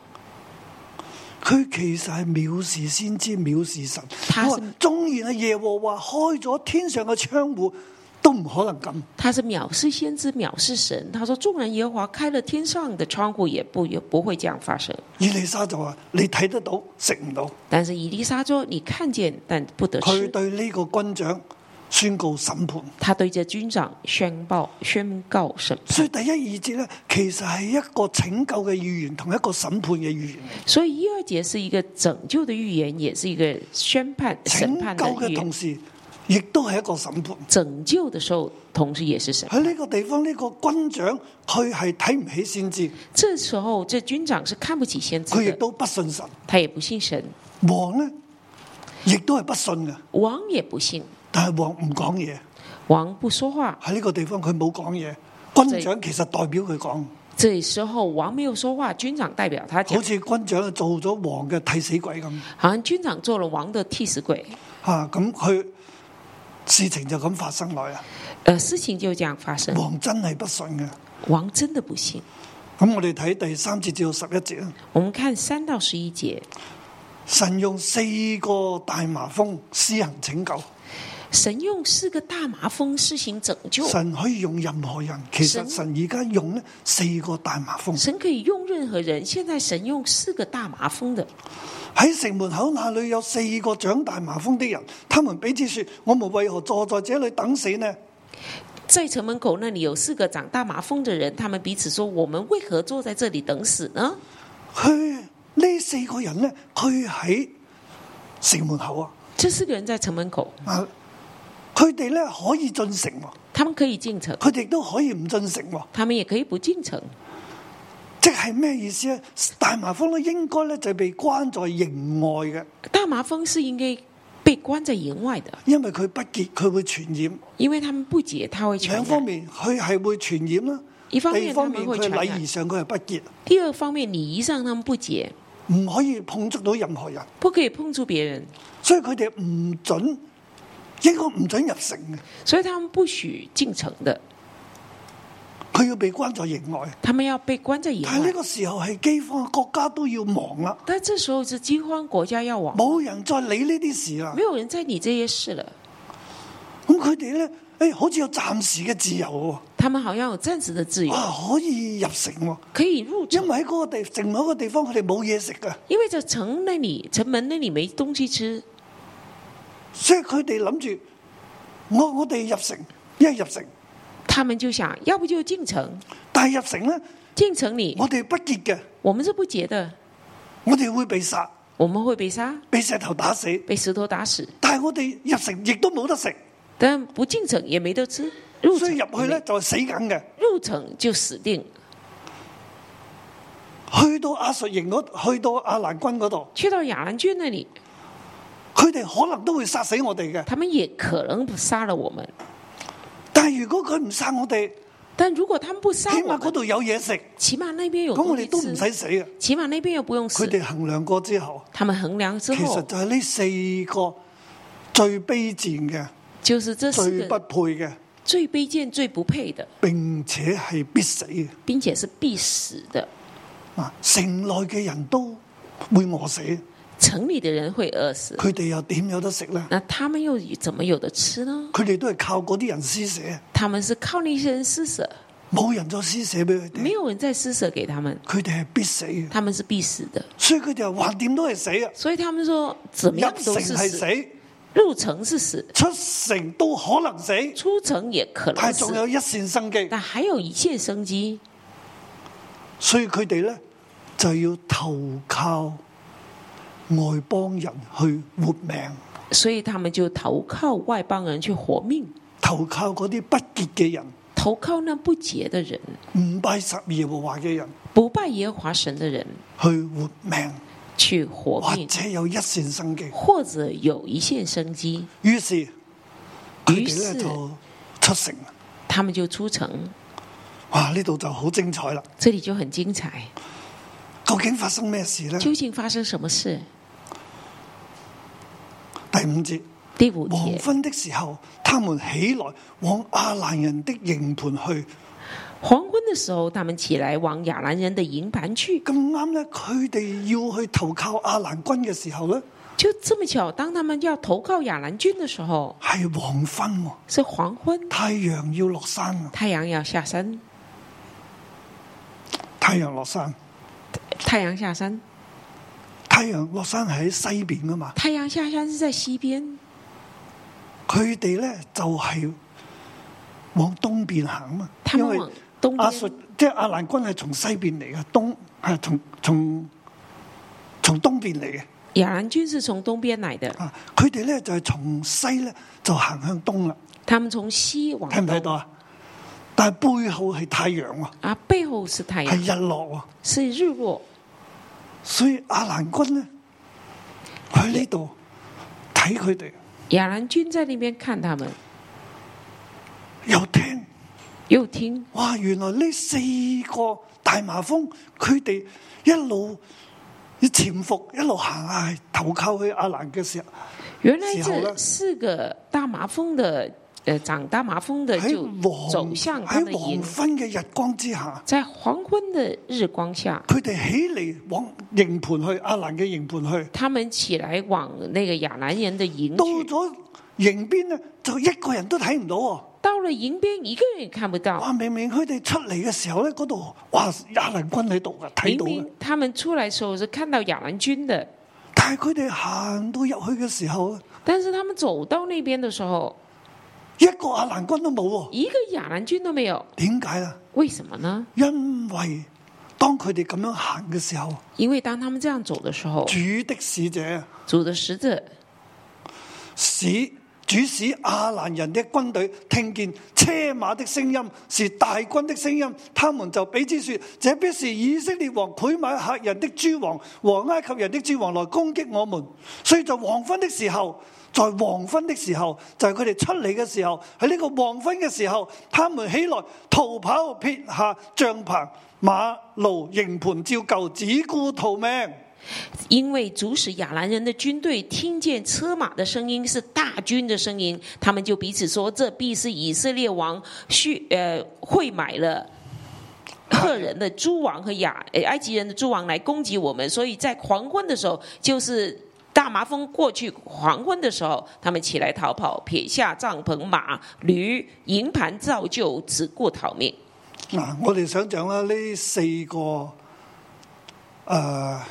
[SPEAKER 2] 佢其實係藐視先知，藐視神。
[SPEAKER 3] 他
[SPEAKER 2] 佢話
[SPEAKER 3] 是
[SPEAKER 2] 縱然係耶和華開咗天上嘅窗户，都唔可能咁。”
[SPEAKER 3] 他是藐视先知，藐视神。他说：“众人耶和华开了天上的窗户，也不也不会这样发生。
[SPEAKER 2] 以利沙就話：你睇得到，食唔到。”
[SPEAKER 3] 但是以利沙说：“你看见，但不得吃
[SPEAKER 2] 佢。對呢個軍長宣告審判。”
[SPEAKER 3] 他对着军长宣告宣告审判。
[SPEAKER 2] 所以第一二節咧，其實係一個拯救嘅預言，同一個審判嘅預言。
[SPEAKER 3] 所以一二节是一个拯救的预言，也是一个宣判审
[SPEAKER 2] 拯
[SPEAKER 3] 判
[SPEAKER 2] 救
[SPEAKER 3] 的
[SPEAKER 2] 嘅
[SPEAKER 3] 预言
[SPEAKER 2] 同。時，亦都係一個審判。
[SPEAKER 3] 拯救的时候，同时也是审判。
[SPEAKER 2] 喺呢個地方，呢、個軍長佢係睇唔起先知，
[SPEAKER 3] 这时候，这军长是看不起先知
[SPEAKER 2] 佢亦
[SPEAKER 3] 的，
[SPEAKER 2] 都不信神。
[SPEAKER 3] 他也不信神，
[SPEAKER 2] 王呢，亦都係不信嘅，
[SPEAKER 3] 王也不信，
[SPEAKER 2] 但係王唔講嘢。
[SPEAKER 3] 王不说话。
[SPEAKER 2] 喺呢個地方佢冇講嘢，軍長其實代表佢講，
[SPEAKER 3] 这时候，王没有说话，军长代表他
[SPEAKER 2] 好
[SPEAKER 3] 讲，
[SPEAKER 2] 似軍長做咗王嘅替死鬼咁
[SPEAKER 3] 好像军长做了王的替死鬼。
[SPEAKER 2] 啊！咁佢事情就咁發生來啊！
[SPEAKER 3] 呃，事情就这样发生，
[SPEAKER 2] 王真係不信嘅。
[SPEAKER 3] 王真的不信。
[SPEAKER 2] 咁我哋睇第三節至到十一節啦。
[SPEAKER 3] 我们看三到十一节，
[SPEAKER 2] 神用四個大麻風施行拯救，
[SPEAKER 3] 神用四个大麻风施行拯救，
[SPEAKER 2] 神可以用任何人。其實
[SPEAKER 3] 神
[SPEAKER 2] 神而家用呢四個大麻風
[SPEAKER 3] 神可以用任何人。现在神用四个大麻风的，
[SPEAKER 2] 喺城門口那裏有四個長大麻風的人，他們彼此說：我們為何坐在這裏等死呢？
[SPEAKER 3] 在城门口那里有四个长大麻风的人，他们彼此说：“我们为何坐在这里等死呢
[SPEAKER 2] 佢呢四個人呢，佢喺城門口啊，？”
[SPEAKER 3] 这四个人在城门口，
[SPEAKER 2] 啊，佢哋呢可以進城喎，
[SPEAKER 3] 他们可以进城，
[SPEAKER 2] 佢哋都可以唔進城喎，
[SPEAKER 3] 他们也可以不进城。
[SPEAKER 2] 即係咩意思咧？大麻風咧應該咧就被關在營外嘅，
[SPEAKER 3] 大麻风是应该被关在营外的，
[SPEAKER 2] 因為佢不潔，佢會傳染。
[SPEAKER 3] 因为他们不解，他会传
[SPEAKER 2] 兩方
[SPEAKER 3] 染。
[SPEAKER 2] 面，佢係會傳染啦。
[SPEAKER 3] 一方
[SPEAKER 2] 第
[SPEAKER 3] 面
[SPEAKER 2] 二
[SPEAKER 3] 他
[SPEAKER 2] 方面，
[SPEAKER 3] 们会
[SPEAKER 2] 佢
[SPEAKER 3] 传
[SPEAKER 2] 禮
[SPEAKER 3] 染
[SPEAKER 2] 儀，上佢係不潔，
[SPEAKER 3] 第二方面礼仪上他们不解，
[SPEAKER 2] 唔可以碰觸到任何人，
[SPEAKER 3] 不可以碰触别人，
[SPEAKER 2] 所以佢哋唔準，應該唔準入城嘅。
[SPEAKER 3] 所以他们不许进城的，
[SPEAKER 2] 佢要被關在營外。
[SPEAKER 3] 他们要被关在营
[SPEAKER 2] 但係呢
[SPEAKER 3] 外。
[SPEAKER 2] 個時候係饑荒，國家都要忙啦。
[SPEAKER 3] 但这时候是饥荒国家要亡，
[SPEAKER 2] 冇人再理呢啲事啦
[SPEAKER 3] 没。有人在理这些事了。
[SPEAKER 2] 咁佢哋咧，诶、好似有暫時嘅自由喎，
[SPEAKER 3] 他们好像有暂时的自由，
[SPEAKER 2] 啊，可以入城喎，
[SPEAKER 3] 可以入
[SPEAKER 2] 因
[SPEAKER 3] 城，
[SPEAKER 2] 為喺嗰個地城某一個地方，佢哋冇嘢食噶，
[SPEAKER 3] 因为在城那里、城门那里没东西吃，
[SPEAKER 2] 所以佢哋諗住，我我哋入城，一係入城，
[SPEAKER 3] 他们就想要不就进城，
[SPEAKER 2] 但係入城咧，
[SPEAKER 3] 进城里
[SPEAKER 2] 我哋不結嘅，
[SPEAKER 3] 我们是不结的，
[SPEAKER 2] 我哋會被殺，
[SPEAKER 3] 我们会被杀，
[SPEAKER 2] 被石頭打死，
[SPEAKER 3] 被石头打死，
[SPEAKER 2] 但係我哋入城亦都冇得食，
[SPEAKER 3] 但不进城也没得吃，入
[SPEAKER 2] 所
[SPEAKER 3] 城
[SPEAKER 2] 以入去
[SPEAKER 3] 也
[SPEAKER 2] 咧
[SPEAKER 3] 没
[SPEAKER 2] 就係死緊嘅。
[SPEAKER 3] 入城就死定。
[SPEAKER 2] 去到亞述營嗰，去到亞蘭軍嗰度，
[SPEAKER 3] 去到雅兰军那里，
[SPEAKER 2] 佢哋可能都會殺死我哋嘅，
[SPEAKER 3] 他们也可能不杀了我们，
[SPEAKER 2] 但係如果佢唔殺我哋，
[SPEAKER 3] 但如果他们不杀
[SPEAKER 2] 起
[SPEAKER 3] 我
[SPEAKER 2] 碼嗰
[SPEAKER 3] 们，
[SPEAKER 2] 度有嘢食。
[SPEAKER 3] 起码那边有
[SPEAKER 2] 咁我
[SPEAKER 3] 东
[SPEAKER 2] 哋
[SPEAKER 3] 西
[SPEAKER 2] 都唔
[SPEAKER 3] 吃，
[SPEAKER 2] 使死嘅。
[SPEAKER 3] 起码那边又不用
[SPEAKER 2] 佢
[SPEAKER 3] 死。
[SPEAKER 2] 哋衡量過之後，
[SPEAKER 3] 他们衡量之
[SPEAKER 2] 其
[SPEAKER 3] 后
[SPEAKER 2] 實，就係呢四個最卑賤嘅、
[SPEAKER 3] 就是这四
[SPEAKER 2] 最不
[SPEAKER 3] 个
[SPEAKER 2] 配嘅，
[SPEAKER 3] 最卑贱、最不配的，
[SPEAKER 2] 並且係必死嘅。
[SPEAKER 3] 并且是必死的。
[SPEAKER 2] 啊，城內嘅人都會餓死，
[SPEAKER 3] 城里的人会饿死，
[SPEAKER 2] 佢哋又點有得食呢？
[SPEAKER 3] 那他们又怎么有的吃呢？
[SPEAKER 2] 佢哋都係靠嗰啲人施舍，
[SPEAKER 3] 他们是靠那些人施舍，
[SPEAKER 2] 冇人再施舍俾佢
[SPEAKER 3] 没
[SPEAKER 2] 哋，
[SPEAKER 3] 有人再施舍给他们，
[SPEAKER 2] 佢哋係必死嘅。
[SPEAKER 3] 他们是必死的。
[SPEAKER 2] 所以佢哋話橫掂都係死啊！
[SPEAKER 3] 所以他们说，怎么
[SPEAKER 2] 入
[SPEAKER 3] 样
[SPEAKER 2] 城
[SPEAKER 3] 都是
[SPEAKER 2] 係
[SPEAKER 3] 死，
[SPEAKER 2] 死，
[SPEAKER 3] 入城是死，
[SPEAKER 2] 出城都可能死，
[SPEAKER 3] 出城也可
[SPEAKER 2] 但
[SPEAKER 3] 能
[SPEAKER 2] 係
[SPEAKER 3] 死
[SPEAKER 2] 仲，有一線生機。
[SPEAKER 3] 但还有一线生机。
[SPEAKER 2] 所以佢哋咧就要投靠外邦人去活命，
[SPEAKER 3] 所以他们就投靠外邦人去活命，
[SPEAKER 2] 投靠嗰啲不潔嘅人、
[SPEAKER 3] 投靠那不洁的人，
[SPEAKER 2] 唔拜十二耶和華嘅人
[SPEAKER 3] 不拜耶和华神的人
[SPEAKER 2] 去活命，
[SPEAKER 3] 去活
[SPEAKER 2] 或
[SPEAKER 3] 命，
[SPEAKER 2] 者有一線生機。
[SPEAKER 3] 或者有一线生机，
[SPEAKER 2] 於是佢
[SPEAKER 3] 於
[SPEAKER 2] 哋
[SPEAKER 3] 是
[SPEAKER 2] 咧就出城啦。
[SPEAKER 3] 他们就出城。
[SPEAKER 2] 哇！呢度就好精彩啦。
[SPEAKER 3] 这里就很精彩，
[SPEAKER 2] 究竟發生咩事咧？
[SPEAKER 3] 究竟发生什么事？
[SPEAKER 2] 第五節。
[SPEAKER 3] 第五
[SPEAKER 2] 黃
[SPEAKER 3] 节，
[SPEAKER 2] 昏的時候，他們起來往亞蘭人的營盤去。
[SPEAKER 3] 黄昏的时候，他们起来往亚兰人的营盘去。
[SPEAKER 2] 咁啱呢，佢哋要去投靠亞蘭軍嘅時候呢，
[SPEAKER 3] 就这么巧，当他们要投靠亚兰军的时候，
[SPEAKER 2] 係黃昏喎，
[SPEAKER 3] 是黄昏，
[SPEAKER 2] 太陽要落山啊！
[SPEAKER 3] 太阳要下山，
[SPEAKER 2] 太陽落山，
[SPEAKER 3] 太阳下山，
[SPEAKER 2] 太陽落山係喺西邊噶嘛。
[SPEAKER 3] 太阳下山是在西边，
[SPEAKER 2] 佢哋呢就係往東邊行啊嘛，
[SPEAKER 3] 他
[SPEAKER 2] 因
[SPEAKER 3] 们
[SPEAKER 2] 為
[SPEAKER 3] 往东
[SPEAKER 2] 阿
[SPEAKER 3] 边，
[SPEAKER 2] 述即係亞蘭軍係從西邊嚟嘅，啊東係從從從東邊嚟嘅。
[SPEAKER 3] 亚兰军是从东边来的，
[SPEAKER 2] 啊，佢哋呢就係從西呢就行向東啦。
[SPEAKER 3] 他们从西往
[SPEAKER 2] 睇唔睇
[SPEAKER 3] 东
[SPEAKER 2] 到啊？但系背後係太陽喎，
[SPEAKER 3] 啊，背后是太阳，
[SPEAKER 2] 係日落喎，
[SPEAKER 3] 是日落，
[SPEAKER 2] 所以阿蘭軍呢，喺呢度睇佢哋，
[SPEAKER 3] 亚兰军在那边看他们，
[SPEAKER 2] 又聽
[SPEAKER 3] 又听
[SPEAKER 2] 哇！原來呢四個大麻風，佢哋一路要潛伏，一路行啊，係投靠去阿蘭嘅時候，
[SPEAKER 3] 原来
[SPEAKER 2] 时候呢
[SPEAKER 3] 这四个大麻风的，呃，长大麻风的
[SPEAKER 2] 喺
[SPEAKER 3] 就走
[SPEAKER 2] 黃
[SPEAKER 3] 向他的
[SPEAKER 2] 喺
[SPEAKER 3] 营
[SPEAKER 2] 黃，昏嘅日光之下，
[SPEAKER 3] 在黄昏的日光下，
[SPEAKER 2] 佢哋起嚟往營盤去，阿蘭嘅營盤去。
[SPEAKER 3] 他们起来往那个亚兰人的营
[SPEAKER 2] 到
[SPEAKER 3] 去，
[SPEAKER 2] 咗營邊呢，就一個人都睇唔到喎。
[SPEAKER 3] 到了营边一个人也看不到，
[SPEAKER 2] 哇！明明佢哋出嚟嘅時候咧，嗰度哇亞蘭軍喺度噶，啊睇
[SPEAKER 3] 明
[SPEAKER 2] 到嘅
[SPEAKER 3] 明。他们出来的时候是看到亚兰军的，
[SPEAKER 2] 但係佢哋行到入去嘅時候，
[SPEAKER 3] 但是他们走到那边的时候，
[SPEAKER 2] 一個亞蘭軍都冇喎。
[SPEAKER 3] 一个亚兰军都没有，
[SPEAKER 2] 點解啊？
[SPEAKER 3] 为什么呢？
[SPEAKER 2] 因為當佢哋咁樣行嘅時候，
[SPEAKER 3] 因为当他们这样走的时候，
[SPEAKER 2] 主的使者
[SPEAKER 3] 主的使者
[SPEAKER 2] 使主使亞蘭人的軍隊聽見車馬的聲音，是大軍的聲音，他們就彼此說：這必是以色列王賄買客人的諸王和埃及人的諸王來攻擊我們。所以在黃昏的時候，在黃昏的時候，就係佢哋出嚟嘅時候，喺呢個黃昏嘅時候，他們起來逃跑，撇下帳棚、馬路、營盤照舊，只顧逃命。
[SPEAKER 3] 因为主使亚兰人的军队听见车马的声音是大军的声音，他们就彼此说：“这必是以色列王去呃会买了。” 赫人的诸王和亚呃埃及人的诸王来攻击我们，所以在黄昏的时候，就是大麻风过去黄昏的时候，他们起来逃跑，撇下帐篷、马、驴、营盘，照旧只顾逃命。
[SPEAKER 2] 嗱，我哋想象啦，呢四個誒、呃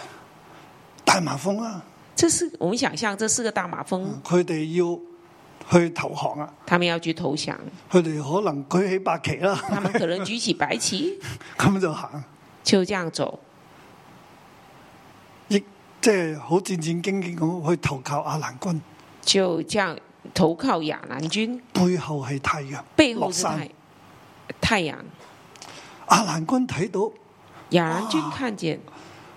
[SPEAKER 2] 大麻風啦，
[SPEAKER 3] 这是我们想象，这四个大马蜂，
[SPEAKER 2] 佢哋要去投降啊！
[SPEAKER 3] 他们要去投降，
[SPEAKER 2] 佢哋可能舉起白旗啦，
[SPEAKER 3] 他们可能举起白旗，
[SPEAKER 2] 咁就行，
[SPEAKER 3] 就这样走，
[SPEAKER 2] 亦即係好戰戰兢兢咁去投靠亞蘭軍。
[SPEAKER 3] 就这样投靠亚兰军，
[SPEAKER 2] 背後係太陽，
[SPEAKER 3] 背
[SPEAKER 2] 落
[SPEAKER 3] 后是
[SPEAKER 2] 山
[SPEAKER 3] 太。太阳。
[SPEAKER 2] 亞蘭軍睇到
[SPEAKER 3] 亚兰军看见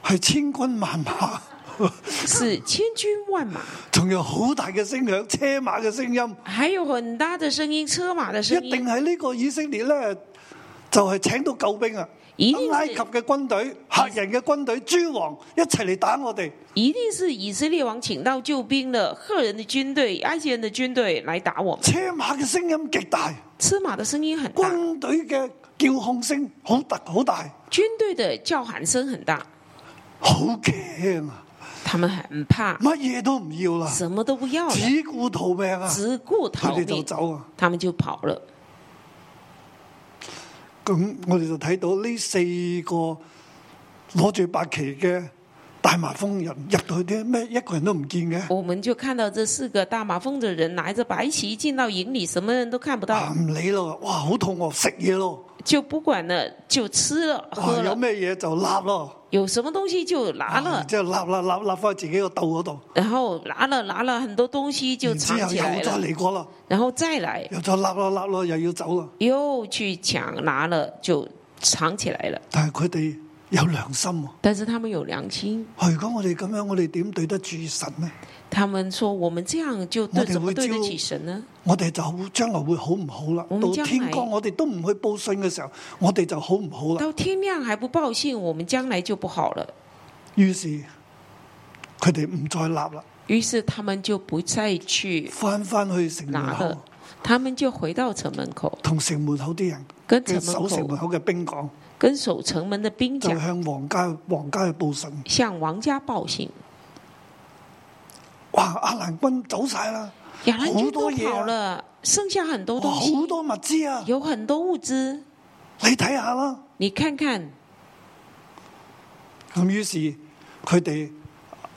[SPEAKER 2] 係千軍萬馬，
[SPEAKER 3] 是千军万马，
[SPEAKER 2] 仲有好大嘅聲響，車馬嘅聲音，
[SPEAKER 3] 还有很大的声音，车马的声
[SPEAKER 2] 一定
[SPEAKER 3] 音，
[SPEAKER 2] 係呢個以色列咧，就係、請到救兵啊！
[SPEAKER 3] 一
[SPEAKER 2] 埃
[SPEAKER 3] 定
[SPEAKER 2] 及
[SPEAKER 3] 是
[SPEAKER 2] 嘅軍隊、客人嘅軍隊、諸王一齊嚟打我哋，
[SPEAKER 3] 一定是以色列王请到救兵了，赫人的军队、埃及人的军队来打我们。
[SPEAKER 2] 車馬嘅聲音極大，
[SPEAKER 3] 车马的声音很大，
[SPEAKER 2] 軍隊嘅叫控聲好突好大，
[SPEAKER 3] 军队的叫喊声很大，
[SPEAKER 2] 好驚啊！
[SPEAKER 3] 他们很怕，
[SPEAKER 2] 乜嘢都唔要啦，
[SPEAKER 3] 什么都不要了
[SPEAKER 2] 只。顧逃命啊！
[SPEAKER 3] 只顾逃
[SPEAKER 2] 佢哋就
[SPEAKER 3] 命，
[SPEAKER 2] 走啊！
[SPEAKER 3] 他们就跑了。
[SPEAKER 2] 咁我哋就睇到呢四個攞住白旗嘅大麻風人入到去啲咩一個人都唔見嘅，
[SPEAKER 3] 我们就看到这四个大麻风的人拿着白旗进到营里，什么人都看不
[SPEAKER 2] 啊
[SPEAKER 3] 到，
[SPEAKER 2] 唔理咯，哇好肚餓食嘢咯，
[SPEAKER 3] 就不管了，就吃了喝
[SPEAKER 2] 哇有
[SPEAKER 3] 了，
[SPEAKER 2] 咩嘢就揦咯，
[SPEAKER 3] 有什么东西就拿
[SPEAKER 2] 啊
[SPEAKER 3] 了，
[SPEAKER 2] 之後揦揦揦揦翻自己個竇嗰度，
[SPEAKER 3] 然后拿了拿了很多东西就
[SPEAKER 2] 然之後
[SPEAKER 3] 藏
[SPEAKER 2] 又
[SPEAKER 3] 起来
[SPEAKER 2] 再
[SPEAKER 3] 了，
[SPEAKER 2] 嚟過啦，
[SPEAKER 3] 然后再来
[SPEAKER 2] 又再揦揦揦咯，又要走啦，
[SPEAKER 3] 又去抢拿了就藏起来了。
[SPEAKER 2] 但係佢哋有良心喎、
[SPEAKER 3] 但是他们有良心，
[SPEAKER 2] 啊如果我哋咁樣，我哋點對得住神呢？
[SPEAKER 3] 他们说我们这样就
[SPEAKER 2] 我
[SPEAKER 3] 对
[SPEAKER 2] 哋
[SPEAKER 3] 怎么
[SPEAKER 2] 会
[SPEAKER 3] 对得
[SPEAKER 2] 招
[SPEAKER 3] 起神呢？
[SPEAKER 2] 我哋就將來會好唔好啦。
[SPEAKER 3] 我
[SPEAKER 2] 到
[SPEAKER 3] 們嗯將來
[SPEAKER 2] 天光，我哋都唔去報信嘅時候，我哋就好唔好啦。
[SPEAKER 3] 到天亮还不报信，我们将来就不好了。
[SPEAKER 2] 於是佢哋唔再立啦，
[SPEAKER 3] 于是他们就不再去
[SPEAKER 2] 翻翻去城門
[SPEAKER 3] 拿
[SPEAKER 2] 口
[SPEAKER 3] 了，他们就回到城门口，
[SPEAKER 2] 同城門口啲人
[SPEAKER 3] 跟
[SPEAKER 2] 嘅
[SPEAKER 3] 城
[SPEAKER 2] 守
[SPEAKER 3] 门
[SPEAKER 2] 城門
[SPEAKER 3] 口嗯
[SPEAKER 2] 口嘅兵講，
[SPEAKER 3] 跟守城门的兵
[SPEAKER 2] 就
[SPEAKER 3] 讲，
[SPEAKER 2] 向皇家皇家去報信。
[SPEAKER 3] 向王家报信。
[SPEAKER 2] 哇！阿蘭軍走晒啦，
[SPEAKER 3] 亚兰
[SPEAKER 2] 好
[SPEAKER 3] 军
[SPEAKER 2] 多
[SPEAKER 3] 都
[SPEAKER 2] 嘢啊
[SPEAKER 3] 跑了，剩下很多
[SPEAKER 2] 哇！
[SPEAKER 3] 东
[SPEAKER 2] 好
[SPEAKER 3] 西，
[SPEAKER 2] 多物資啊，
[SPEAKER 3] 有很多物资，
[SPEAKER 2] 你睇下啦。
[SPEAKER 3] 你看看。
[SPEAKER 2] 咁於是佢哋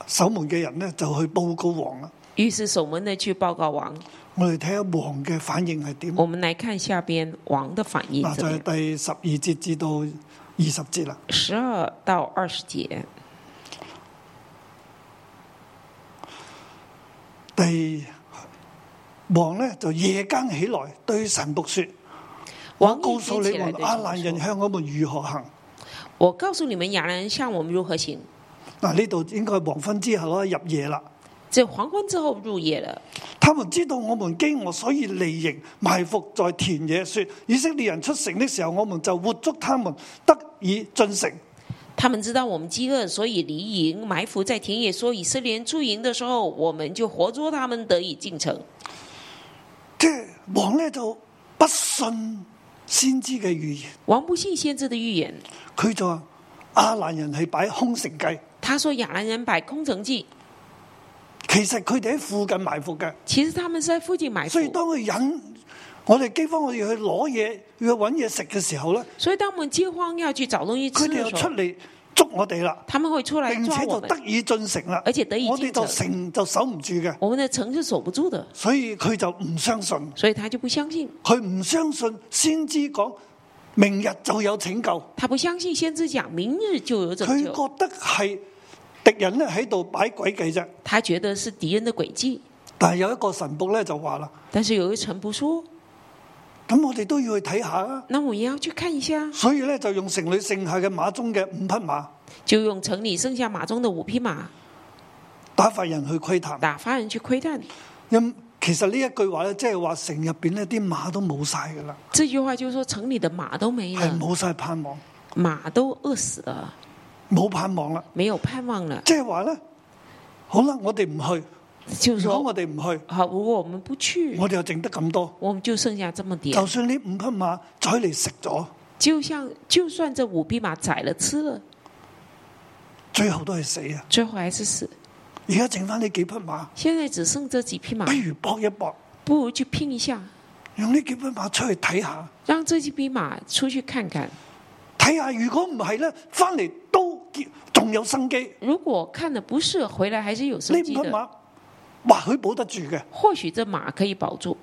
[SPEAKER 2] 守門嘅人呢，就去報告王啦。
[SPEAKER 3] 于是守门的去报告王。
[SPEAKER 2] 我哋睇下王嘅反應係點。
[SPEAKER 3] 我们来看下边王的反应
[SPEAKER 2] 嗱，就
[SPEAKER 3] 怎么
[SPEAKER 2] 係
[SPEAKER 3] 样？
[SPEAKER 2] 第十二節至到二十節啦。
[SPEAKER 3] 十二到二十节，
[SPEAKER 2] 第王呢，就夜間起來對神僕說：我
[SPEAKER 3] 王
[SPEAKER 2] 告
[SPEAKER 3] 一
[SPEAKER 2] 訴
[SPEAKER 3] 举
[SPEAKER 2] 你
[SPEAKER 3] 起来
[SPEAKER 2] 們，
[SPEAKER 3] 对
[SPEAKER 2] 阿
[SPEAKER 3] 他
[SPEAKER 2] 蘭
[SPEAKER 3] 们
[SPEAKER 2] 人
[SPEAKER 3] 说
[SPEAKER 2] 向我們如何行。：“
[SPEAKER 3] 我告诉你们，亚兰人向我们如何行。
[SPEAKER 2] 嗱，呢度應該係黃昏之後啦，入夜啦。
[SPEAKER 3] 这黄昏之后入夜了，
[SPEAKER 2] 他們知道我們飢餓，所以離營埋伏在田野，說：以色列人出城的時候，我們就活捉他們，得以進城。
[SPEAKER 3] 他们知道我们饥饿，所以离营埋伏在田野。说以色列人驻营的时候，我们就活捉他们，得以进城。
[SPEAKER 2] 即係王呢就不信先知嘅預言，
[SPEAKER 3] 王不信先知的预言，
[SPEAKER 2] 佢就話阿蘭人係擺空城計，
[SPEAKER 3] 他说亚兰人摆空城计，
[SPEAKER 2] 其實佢哋喺附近埋伏嘅。
[SPEAKER 3] 其实他们是在附近埋伏
[SPEAKER 2] 所。以當佢引我哋饑荒，我哋去攞嘢，要去揾嘢食嘅時候咧，
[SPEAKER 3] 所以当我们饥荒要去找东西
[SPEAKER 2] 佢
[SPEAKER 3] 吃
[SPEAKER 2] 哋
[SPEAKER 3] 的
[SPEAKER 2] 又
[SPEAKER 3] 时
[SPEAKER 2] 出
[SPEAKER 3] 候，
[SPEAKER 2] 嚟捉我哋啦，
[SPEAKER 3] 他们会出来
[SPEAKER 2] 並
[SPEAKER 3] 抓
[SPEAKER 2] 且
[SPEAKER 3] 我
[SPEAKER 2] 就
[SPEAKER 3] 们
[SPEAKER 2] 得。以進城啦，
[SPEAKER 3] 而且得以
[SPEAKER 2] 我哋
[SPEAKER 3] 進
[SPEAKER 2] 就
[SPEAKER 3] 城
[SPEAKER 2] 城就守唔住嘅，
[SPEAKER 3] 我们的城是守不住的，
[SPEAKER 2] 所以佢就唔相信，
[SPEAKER 3] 所以他就不相信。
[SPEAKER 2] 佢唔相信先知講明日就有拯救，
[SPEAKER 3] 他不相信先知讲明日就有
[SPEAKER 2] 佢
[SPEAKER 3] 拯救，
[SPEAKER 2] 覺得係敵人咧喺度擺鬼計啫。
[SPEAKER 3] 他觉得是敌人的诡计。
[SPEAKER 2] 但係有一個神仆咧就話啦，
[SPEAKER 3] 但是有一层不说，
[SPEAKER 2] 咁我哋都要去睇下啊。
[SPEAKER 3] 那我也要去看一下，
[SPEAKER 2] 所以咧就用城裏剩下嘅馬中嘅五匹馬
[SPEAKER 3] 就用城里剩下马中的五匹马
[SPEAKER 2] 打發人去窺探。
[SPEAKER 3] 打发人去窥探。
[SPEAKER 2] 因其實呢一句話咧，即係話城入邊呢啲馬都冇晒噶啦，
[SPEAKER 3] 这句话就是说，城里的马都没
[SPEAKER 2] 係
[SPEAKER 3] 了，
[SPEAKER 2] 冇晒盼望，
[SPEAKER 3] 马都饿死了，
[SPEAKER 2] 冇盼望啦。
[SPEAKER 3] 没有盼望了。
[SPEAKER 2] 即係話咧，好啦，我哋唔去。
[SPEAKER 3] 就是
[SPEAKER 2] 如果
[SPEAKER 3] 说，
[SPEAKER 2] 我哋唔去，
[SPEAKER 3] 好，如果我们不去，
[SPEAKER 2] 我哋又剩得咁多。
[SPEAKER 3] 我们就剩下这么点
[SPEAKER 2] 就。算呢五匹馬宰嚟食咗，
[SPEAKER 3] 就像就算这五匹马宰了吃了，
[SPEAKER 2] 最後都係死啊！
[SPEAKER 3] 最后还是死。
[SPEAKER 2] 而家剩翻呢幾匹馬，
[SPEAKER 3] 现在只剩这几匹马
[SPEAKER 2] 不，如搏一搏，
[SPEAKER 3] 不如去拼一下，
[SPEAKER 2] 用呢幾匹馬出去睇下，
[SPEAKER 3] 让这几匹马出去看看。
[SPEAKER 2] 睇下如果唔係咧，翻嚟都見仲有生機。
[SPEAKER 3] 如果看的不是回来还是有
[SPEAKER 2] 呢
[SPEAKER 3] 生
[SPEAKER 2] 五
[SPEAKER 3] 机
[SPEAKER 2] 匹
[SPEAKER 3] 的，
[SPEAKER 2] 馬或許保得住嘅，
[SPEAKER 3] 或许这马可以保住。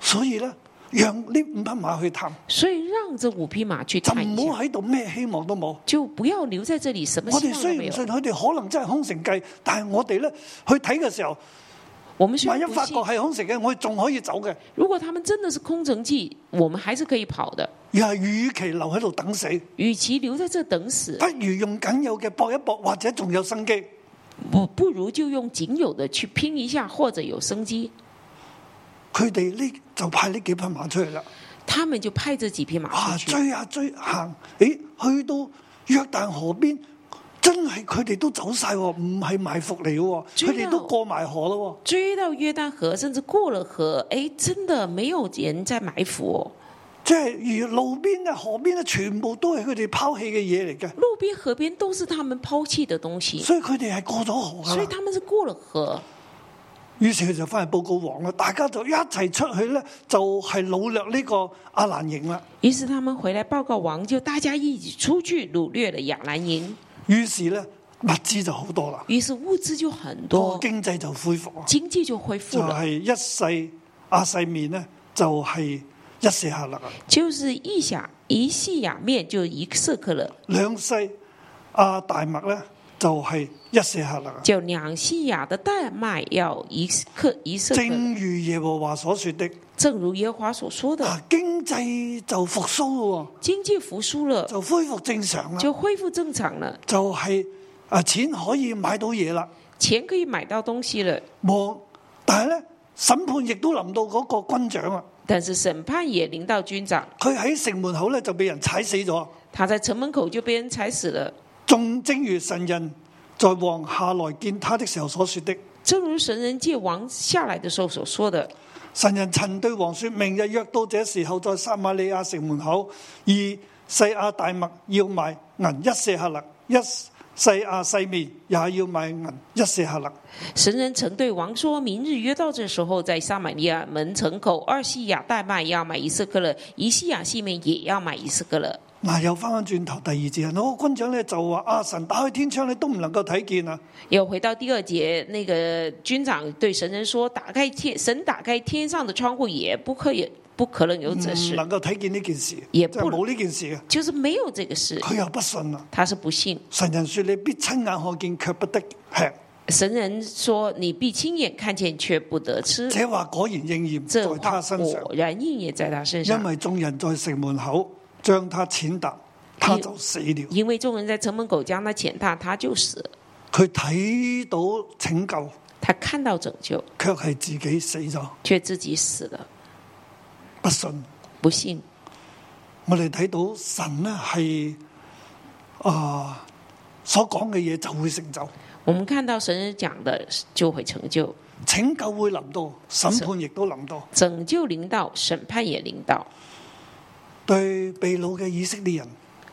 [SPEAKER 2] 所以咧，讓呢五匹馬去探，
[SPEAKER 3] 所以让这五匹马去
[SPEAKER 2] 就
[SPEAKER 3] 探一
[SPEAKER 2] 唔
[SPEAKER 3] 下，
[SPEAKER 2] 好喺度咩希望都冇。
[SPEAKER 3] 就不要留在这里，什么
[SPEAKER 2] 啊我
[SPEAKER 3] 啊希
[SPEAKER 2] 哋
[SPEAKER 3] 望都
[SPEAKER 2] 雖
[SPEAKER 3] 没
[SPEAKER 2] 然唔信
[SPEAKER 3] 有。
[SPEAKER 2] 佢哋可能真係空城計，但係我哋咧去睇嘅時候，
[SPEAKER 3] 我们虽
[SPEAKER 2] 萬
[SPEAKER 3] 然
[SPEAKER 2] 一
[SPEAKER 3] 不
[SPEAKER 2] 發覺
[SPEAKER 3] 信，
[SPEAKER 2] 係空城嘅，我哋仲可以走嘅。
[SPEAKER 3] 如果他们真的是空城计，我们还是可以跑的。
[SPEAKER 2] 而係與其留喺度等死，
[SPEAKER 3] 与其留在这等死
[SPEAKER 2] 不，如用僅有嘅搏一搏，或者仲有生機。
[SPEAKER 3] 不不如就用仅有的去拼一下，或者有生机。
[SPEAKER 2] 佢哋呢就派呢幾匹馬出去啦，
[SPEAKER 3] 他们就派这几匹马
[SPEAKER 2] 哇！
[SPEAKER 3] 出去，
[SPEAKER 2] 追啊追行，咦，去到約旦河邊，真係佢哋都走晒，喎，唔係埋伏嚟嘅喎，
[SPEAKER 3] 追啊
[SPEAKER 2] 佢
[SPEAKER 3] 到
[SPEAKER 2] 哋都過埋河咯
[SPEAKER 3] 追到约旦河，甚至过了河。哎，真的没有人在埋伏哦。
[SPEAKER 2] 喎，即係而路邊啊、河邊啊，全部都係佢哋拋棄嘅嘢嚟嘅，
[SPEAKER 3] 路边、河边都是他们抛弃的东西，
[SPEAKER 2] 所以佢哋係過咗河
[SPEAKER 3] 所
[SPEAKER 2] 噶啦。
[SPEAKER 3] 以他们是过了河。
[SPEAKER 2] 於是佢就翻去報告王啦，大家就一齊出去咧，就係掳掠呢個亞蘭營啦。
[SPEAKER 3] 于是他们回来报告王，就大家一起出去掳掠了亚兰营。
[SPEAKER 2] 於是咧物資就好多啦，
[SPEAKER 3] 于是物资就很
[SPEAKER 2] 個
[SPEAKER 3] 多，
[SPEAKER 2] 經濟就恢復啊，
[SPEAKER 3] 经济就恢复
[SPEAKER 2] 就
[SPEAKER 3] 了。
[SPEAKER 2] 係一世亞世面咧就係一世下勒啊，
[SPEAKER 3] 就是一下一细亚面就一色克勒，
[SPEAKER 2] 兩世亞大麥咧就係一世下勒啊。
[SPEAKER 3] 就两细亚的大麦要一克一色克勒，
[SPEAKER 2] 正如耶和華所說的，
[SPEAKER 3] 正如耶和华所说的，
[SPEAKER 2] 啊經濟就復甦咯
[SPEAKER 3] 经济复苏
[SPEAKER 2] 喎，
[SPEAKER 3] 了，
[SPEAKER 2] 就恢復正常啦，
[SPEAKER 3] 呃就恢复正常了，
[SPEAKER 2] 就係、啊錢可以買到嘢啦。
[SPEAKER 3] 钱可以买到东西了。
[SPEAKER 2] 望，但係咧審判亦都臨到嗰個軍長啊，
[SPEAKER 3] 但是审判也临到军长，
[SPEAKER 2] 佢喺城門口咧就被人踩死咗。
[SPEAKER 3] 他在城门口就被人踩死了。
[SPEAKER 2] 仲正如神人在王下來見他的時候所說的，
[SPEAKER 3] 正如神人借王下来的时候所说的，
[SPEAKER 2] 神人曾對王說：明日約到這時候，在撒瑪利亞城門口，而細亞大麥要賣銀一舍客勒，一細亞細面也要賣銀一舍客勒。
[SPEAKER 3] 神人曾对王说：“明日约到这时候，在撒玛利亚门城口，二西亚大麦要买一色克勒，一西亚细面也要买一色克勒。
[SPEAKER 2] 嗱，又翻翻轉頭第二啊節，嗰個軍長咧就話：啊，神打開天窗，你都唔能夠睇見啊！
[SPEAKER 3] 又回到第二节，那个军长对神人说：“打开天，神打开天上的窗户，也不可以，不可能有这
[SPEAKER 2] 唔
[SPEAKER 3] 事，
[SPEAKER 2] 能夠睇見呢件事，
[SPEAKER 3] 也
[SPEAKER 2] 就
[SPEAKER 3] 不
[SPEAKER 2] 冇呢件事嘅。
[SPEAKER 3] 就是没有这个事。
[SPEAKER 2] 佢又不信啦。”
[SPEAKER 3] 他是不信。
[SPEAKER 2] 神人說：你必親眼看見，卻不得吃。
[SPEAKER 3] 神人说：“你必亲眼看见，却不得吃。
[SPEAKER 2] 這話果然應”驗
[SPEAKER 3] 这
[SPEAKER 2] 在
[SPEAKER 3] 话
[SPEAKER 2] 他身上，
[SPEAKER 3] 果然应验在他身
[SPEAKER 2] 因
[SPEAKER 3] 上，
[SPEAKER 2] 為眾人在城門口將他踐踏，他就死了。
[SPEAKER 3] 因为众人在城门口将他践踏，他就死了。
[SPEAKER 2] 佢睇到拯救，
[SPEAKER 3] 他看到拯救，
[SPEAKER 2] 卻係自己死咗，
[SPEAKER 3] 却自己死了，
[SPEAKER 2] 不信。
[SPEAKER 3] 不信。
[SPEAKER 2] 我哋睇到神呢係啊所講嘅嘢就會成就，
[SPEAKER 3] 我们看到神人讲的就会成就，
[SPEAKER 2] 拯救會臨到，審判亦都臨到。
[SPEAKER 3] 拯救领导，审判也领导。
[SPEAKER 2] 對被掳嘅以色列人，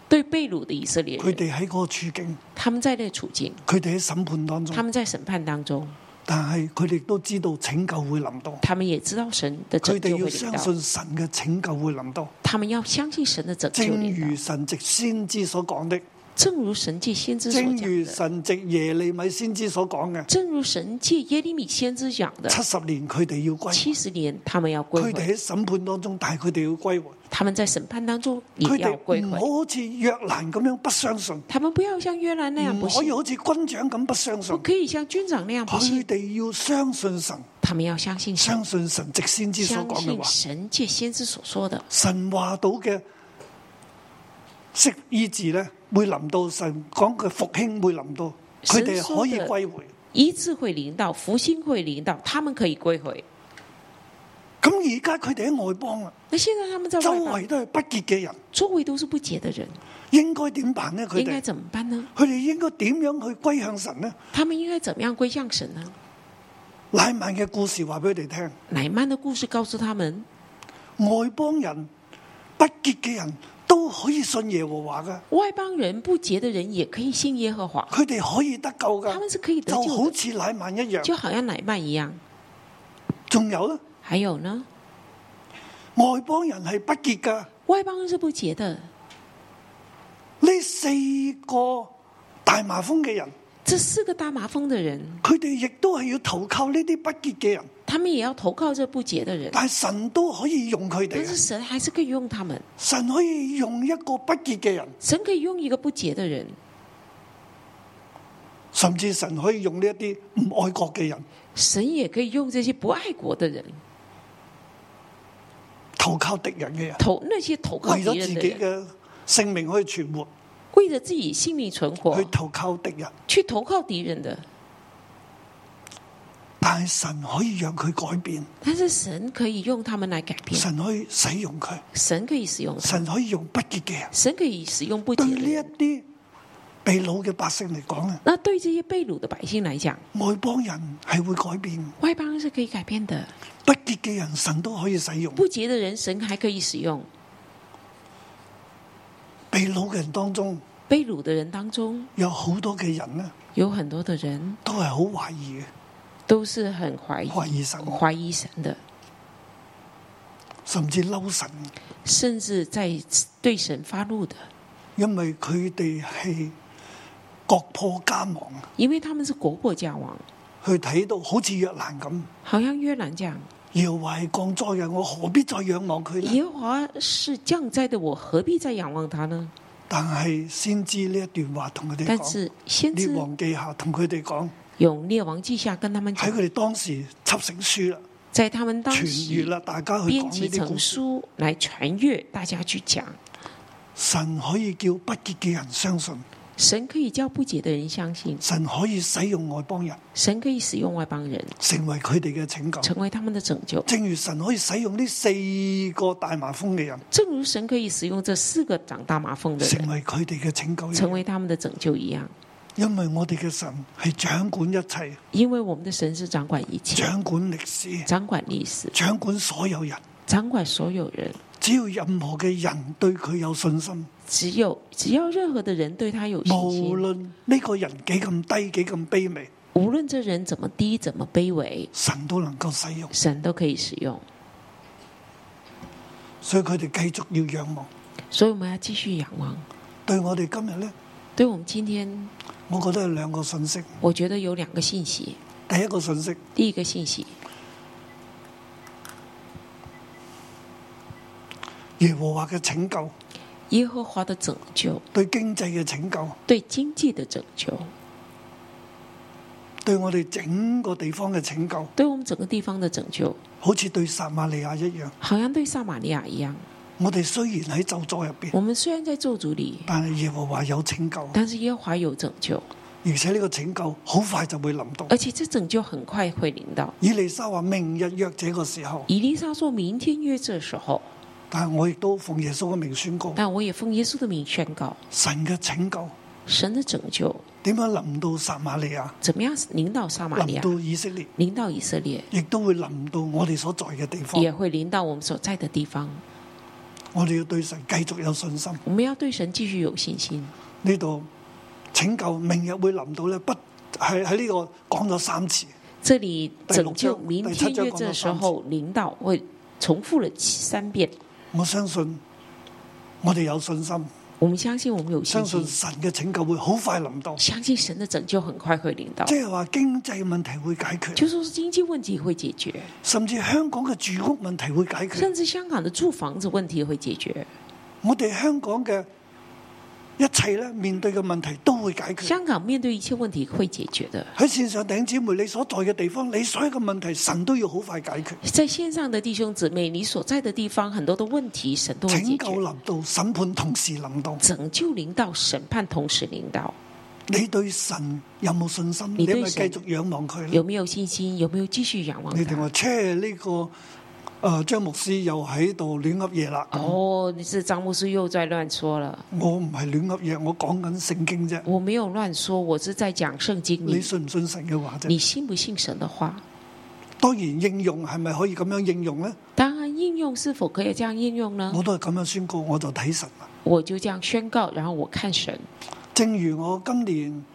[SPEAKER 3] 对被掳的以色列
[SPEAKER 2] 佢
[SPEAKER 3] 人，
[SPEAKER 2] 哋喺嗰個處境，
[SPEAKER 3] 他们在那处境，
[SPEAKER 2] 佢哋喺審判當中
[SPEAKER 3] 他，们在审判当中，
[SPEAKER 2] 但係佢哋都知道拯救會臨到。
[SPEAKER 3] 他们也知道神的
[SPEAKER 2] 佢
[SPEAKER 3] 拯
[SPEAKER 2] 哋要
[SPEAKER 3] 救会领
[SPEAKER 2] 相
[SPEAKER 3] 导，
[SPEAKER 2] 信神嘅拯救會臨到，
[SPEAKER 3] 他们要相信神的拯救
[SPEAKER 2] 正
[SPEAKER 3] 领
[SPEAKER 2] 如
[SPEAKER 3] 导。
[SPEAKER 2] 神藉先知所講的，
[SPEAKER 3] 正如神界先知所
[SPEAKER 2] 正如
[SPEAKER 3] 讲的，
[SPEAKER 2] 神藉耶利米先知所講嘅，
[SPEAKER 3] 正如神界耶利米先知讲的，
[SPEAKER 2] 七十年佢哋要歸，
[SPEAKER 3] 七十年他们要归
[SPEAKER 2] 佢哋
[SPEAKER 3] 回，
[SPEAKER 2] 喺審判當中，但係佢哋要歸回，
[SPEAKER 3] 他们在审判当中
[SPEAKER 2] 佢
[SPEAKER 3] 也要
[SPEAKER 2] 哋
[SPEAKER 3] 归
[SPEAKER 2] 唔好
[SPEAKER 3] 回。
[SPEAKER 2] 好似約蘭咁樣不相信，唔
[SPEAKER 3] 他们不要像约兰那样不
[SPEAKER 2] 可以
[SPEAKER 3] 信，
[SPEAKER 2] 好似軍長咁不相
[SPEAKER 3] 不
[SPEAKER 2] 信，
[SPEAKER 3] 可以像军长那样不
[SPEAKER 2] 佢
[SPEAKER 3] 信，
[SPEAKER 2] 哋要相信神，
[SPEAKER 3] 他们要相信神。
[SPEAKER 2] 相信神藉先知所
[SPEAKER 3] 相
[SPEAKER 2] 講嘅
[SPEAKER 3] 信
[SPEAKER 2] 話，
[SPEAKER 3] 神界先知所说的，
[SPEAKER 2] 神話到嘅。識醫治咧，會臨到神講嘅復興會臨到，佢哋
[SPEAKER 3] 神說
[SPEAKER 2] 可以
[SPEAKER 3] 的
[SPEAKER 2] 歸回。
[SPEAKER 3] 医治会领导，福星会领导，他们可以归回。
[SPEAKER 2] 咁而家佢哋喺外邦啊，
[SPEAKER 3] 那现在他们在
[SPEAKER 2] 周
[SPEAKER 3] 外
[SPEAKER 2] 圍
[SPEAKER 3] 邦，
[SPEAKER 2] 都係不潔嘅人，
[SPEAKER 3] 周围都是不洁的人，
[SPEAKER 2] 應該點辦呢？佢
[SPEAKER 3] 应该
[SPEAKER 2] 哋
[SPEAKER 3] 怎么办呢？
[SPEAKER 2] 佢哋應該點樣去歸向神呢？
[SPEAKER 3] 他们应该怎么样归向神呢？
[SPEAKER 2] 乃曼嘅故事話俾佢哋聽，
[SPEAKER 3] 乃曼的故事告诉他们，
[SPEAKER 2] 外邦人不潔嘅人都可以信耶和華噶，
[SPEAKER 3] 外邦人不洁的人也可以信耶和华，
[SPEAKER 2] 佢哋可以得救噶
[SPEAKER 3] 他，们是可以得
[SPEAKER 2] 就
[SPEAKER 3] 救
[SPEAKER 2] 好
[SPEAKER 3] 的，
[SPEAKER 2] 似乃曼一樣。
[SPEAKER 3] 就好像乃曼一样。
[SPEAKER 2] 仲有呢，
[SPEAKER 3] 还有呢，
[SPEAKER 2] 外邦人係不潔噶，
[SPEAKER 3] 外邦人是不洁的，
[SPEAKER 2] 呢四個大麻風嘅人，
[SPEAKER 3] 这四个大麻风的人，
[SPEAKER 2] 佢哋亦都係要投靠呢啲不潔嘅人，
[SPEAKER 3] 他们也要投靠这不洁的人，
[SPEAKER 2] 但係神都可以用佢哋
[SPEAKER 3] 但是
[SPEAKER 2] 啊，
[SPEAKER 3] 神还是可以用他们，
[SPEAKER 2] 神可以用一個不潔嘅人。
[SPEAKER 3] 神可以用一个不洁的人，
[SPEAKER 2] 甚至神可以用呢一啲唔愛國嘅人
[SPEAKER 3] 神也可以用这些不爱国的人，
[SPEAKER 2] 投靠敵人嘅人，
[SPEAKER 3] 投那些投靠
[SPEAKER 2] 為
[SPEAKER 3] 敌
[SPEAKER 2] 咗自
[SPEAKER 3] 人的
[SPEAKER 2] 己
[SPEAKER 3] 人，
[SPEAKER 2] 嘅性命可以存活，
[SPEAKER 3] 为了自己性命存活
[SPEAKER 2] 去，投靠敵人。
[SPEAKER 3] 去投靠敌人的。
[SPEAKER 2] 但係神可以讓佢改變，
[SPEAKER 3] 但是神可以用他们来改变，
[SPEAKER 2] 神可以使用佢，
[SPEAKER 3] 神可以使用他们，
[SPEAKER 2] 神可以用不潔嘅人。
[SPEAKER 3] 神可以使用不洁
[SPEAKER 2] 對
[SPEAKER 3] 的
[SPEAKER 2] 呢一
[SPEAKER 3] 人。
[SPEAKER 2] 啲被掳嘅百姓嚟講咧，
[SPEAKER 3] 那对这些被掳的百姓来讲，
[SPEAKER 2] 外邦人係會改變，
[SPEAKER 3] 外邦人是可以改变的，
[SPEAKER 2] 不潔嘅人神都可以使用。
[SPEAKER 3] 不洁的人神还可以使用。
[SPEAKER 2] 被掳嘅人當中
[SPEAKER 3] 被掳的人当中
[SPEAKER 2] 有好多嘅人咧，
[SPEAKER 3] 有很多的人
[SPEAKER 2] 都係好懷疑
[SPEAKER 3] 都是很
[SPEAKER 2] 嘅，
[SPEAKER 3] 怀疑
[SPEAKER 2] 懷疑神，
[SPEAKER 3] 怀疑神的，
[SPEAKER 2] 甚至嬲神。
[SPEAKER 3] 甚至在对神发怒的，
[SPEAKER 2] 因为佢哋系國破家亡，
[SPEAKER 3] 因为他们是国破家亡，
[SPEAKER 2] 去睇到好似約蘭咁，
[SPEAKER 3] 好像约兰这样。
[SPEAKER 2] 要為降災嘅，我何必再仰望佢呢？
[SPEAKER 3] 耶和华是降灾的，我何必再仰望他呢？
[SPEAKER 2] 但係先知呢一段話同佢哋
[SPEAKER 3] 但
[SPEAKER 2] 講，
[SPEAKER 3] 是先
[SPEAKER 2] 列
[SPEAKER 3] 知
[SPEAKER 2] 王記下同佢哋講，
[SPEAKER 3] 用列王记下跟他们
[SPEAKER 2] 喺
[SPEAKER 3] 讲，
[SPEAKER 2] 佢哋當時輯成書啦，
[SPEAKER 3] 在他们当
[SPEAKER 2] 傳阅
[SPEAKER 3] 时
[SPEAKER 2] 啦，大家去講
[SPEAKER 3] 编
[SPEAKER 2] 呢
[SPEAKER 3] 辑
[SPEAKER 2] 啲
[SPEAKER 3] 成
[SPEAKER 2] 故事。
[SPEAKER 3] 书来传阅，大家去讲。
[SPEAKER 2] 神可以叫不潔嘅人相信，
[SPEAKER 3] 神可以叫不解的人相信，
[SPEAKER 2] 神可以使用外邦人
[SPEAKER 3] 神可以使用外邦人
[SPEAKER 2] 成為佢哋嘅拯救。
[SPEAKER 3] 成为他们的拯救，
[SPEAKER 2] 正如神可以使用呢四個大麻風嘅人，
[SPEAKER 3] 正如神可以使用这四个长大麻风的
[SPEAKER 2] 成
[SPEAKER 3] 人
[SPEAKER 2] 為佢哋嘅拯救
[SPEAKER 3] 成
[SPEAKER 2] 人，
[SPEAKER 3] 为他们的拯救一样。
[SPEAKER 2] 因為我哋嘅神係掌管一切，
[SPEAKER 3] 因为我们的神是掌管一切，
[SPEAKER 2] 掌管歷史，
[SPEAKER 3] 掌管历史，
[SPEAKER 2] 掌管所有人。
[SPEAKER 3] 掌管所有人。
[SPEAKER 2] 只要任何嘅人對佢有信心，
[SPEAKER 3] 只有只要任何的人对他有信
[SPEAKER 2] 無
[SPEAKER 3] 心，
[SPEAKER 2] 論呢個人幾咁低、幾咁卑微，
[SPEAKER 3] 无论这人怎么低怎么卑微，
[SPEAKER 2] 神都能夠使用。
[SPEAKER 3] 神都可以使用。
[SPEAKER 2] 所以佢哋繼續要仰望。
[SPEAKER 3] 所以我们要继续仰望。
[SPEAKER 2] 對我哋今日呢，
[SPEAKER 3] 对我们今天，
[SPEAKER 2] 我覺得有兩個信息。
[SPEAKER 3] 我觉得有两个信息。
[SPEAKER 2] 第一個信息，
[SPEAKER 3] 第一个信息，
[SPEAKER 2] 耶和華嘅拯救，
[SPEAKER 3] 耶和华的拯救
[SPEAKER 2] 對經濟嘅拯救，
[SPEAKER 3] 对经济的拯救，
[SPEAKER 2] 對我哋整個地方嘅拯救，
[SPEAKER 3] 对我们整个地方的拯救，
[SPEAKER 2] 好似對撒瑪利亞一樣。
[SPEAKER 3] 好像对撒玛利亚一样。
[SPEAKER 2] 我哋雖然喺咒詛入邊，
[SPEAKER 3] 我们虽然在咒诅里，
[SPEAKER 2] 但係耶和華有拯救，
[SPEAKER 3] 但是耶和华有拯救，
[SPEAKER 2] 而且呢個拯救好快就會臨到。
[SPEAKER 3] 而且这拯救很快会临到。
[SPEAKER 2] 以利沙話：明日約這個時候，
[SPEAKER 3] 以利沙说明天约这时候，
[SPEAKER 2] 但係我亦都奉耶穌嘅名宣告，
[SPEAKER 3] 但我也奉耶稣的名宣告，
[SPEAKER 2] 神嘅拯救
[SPEAKER 3] 神的拯救
[SPEAKER 2] 點樣臨到撒瑪利亞，
[SPEAKER 3] 怎么样临到撒玛利
[SPEAKER 2] 臨
[SPEAKER 3] 亚，
[SPEAKER 2] 到以色列，
[SPEAKER 3] 临到以色列，
[SPEAKER 2] 亦都會臨到我哋所在嘅地方。
[SPEAKER 3] 也会临到我们所在的地方。
[SPEAKER 2] 我哋要對神繼續有信心。
[SPEAKER 3] 我们要对神继续有信心。
[SPEAKER 2] 呢度拯救明日會臨到咧，不係喺呢個講咗三次。
[SPEAKER 3] 这里
[SPEAKER 2] 第六
[SPEAKER 3] 拯救
[SPEAKER 2] 章
[SPEAKER 3] 明
[SPEAKER 2] 第七
[SPEAKER 3] 天
[SPEAKER 2] 章
[SPEAKER 3] 约这时候临到会重复了七三遍。
[SPEAKER 2] 我相信我哋有信心，
[SPEAKER 3] 我们相信我们有信
[SPEAKER 2] 相信
[SPEAKER 3] 心，
[SPEAKER 2] 神嘅拯救會好快臨到，
[SPEAKER 3] 相信神的拯救很快会临到
[SPEAKER 2] 即。係話經濟問題會解決，
[SPEAKER 3] 就说是经济问题会解决，
[SPEAKER 2] 甚至香港嘅住屋問題會解決。
[SPEAKER 3] 甚至香港的住房子问题会解决，
[SPEAKER 2] 我哋香港嘅一切咧面對嘅問題都會解決。
[SPEAKER 3] 香港面对一切问题会解决的。
[SPEAKER 2] 喺線上頂姊妹，你所在嘅地方，你所有嘅問題，神都要好快解決。
[SPEAKER 3] 在线上的弟兄姊妹，你所在的地方很多的问题，神都会解
[SPEAKER 2] 拯救
[SPEAKER 3] 决。
[SPEAKER 2] 臨到，審判同時臨到。
[SPEAKER 3] 拯救临到，审判同时临到。
[SPEAKER 2] 你對神有冇信心？你
[SPEAKER 3] 你對
[SPEAKER 2] 咪繼
[SPEAKER 3] 神
[SPEAKER 2] 續仰望佢咧
[SPEAKER 3] 有？没有信心？有没有继续仰望
[SPEAKER 2] 嗯你哋話
[SPEAKER 3] 他？
[SPEAKER 2] 切呢個诶张、牧師又喺度亂噏嘢啦。
[SPEAKER 3] 哦，你是张牧师又在乱说了。
[SPEAKER 2] 我唔係亂噏嘢，我講緊聖經啫。
[SPEAKER 3] 我没有乱说，我是在讲圣经
[SPEAKER 2] 你
[SPEAKER 3] 里。
[SPEAKER 2] 信唔信神嘅話
[SPEAKER 3] 你
[SPEAKER 2] 啫？
[SPEAKER 3] 信不信神的话？
[SPEAKER 2] 當然應用係咪可以咁樣應用呢？
[SPEAKER 3] 当然，应用是否可以这样应用呢？
[SPEAKER 2] 我都係咁樣宣告，我就睇神啦。
[SPEAKER 3] 我就这样宣告，然后我看神。
[SPEAKER 2] 正如我今年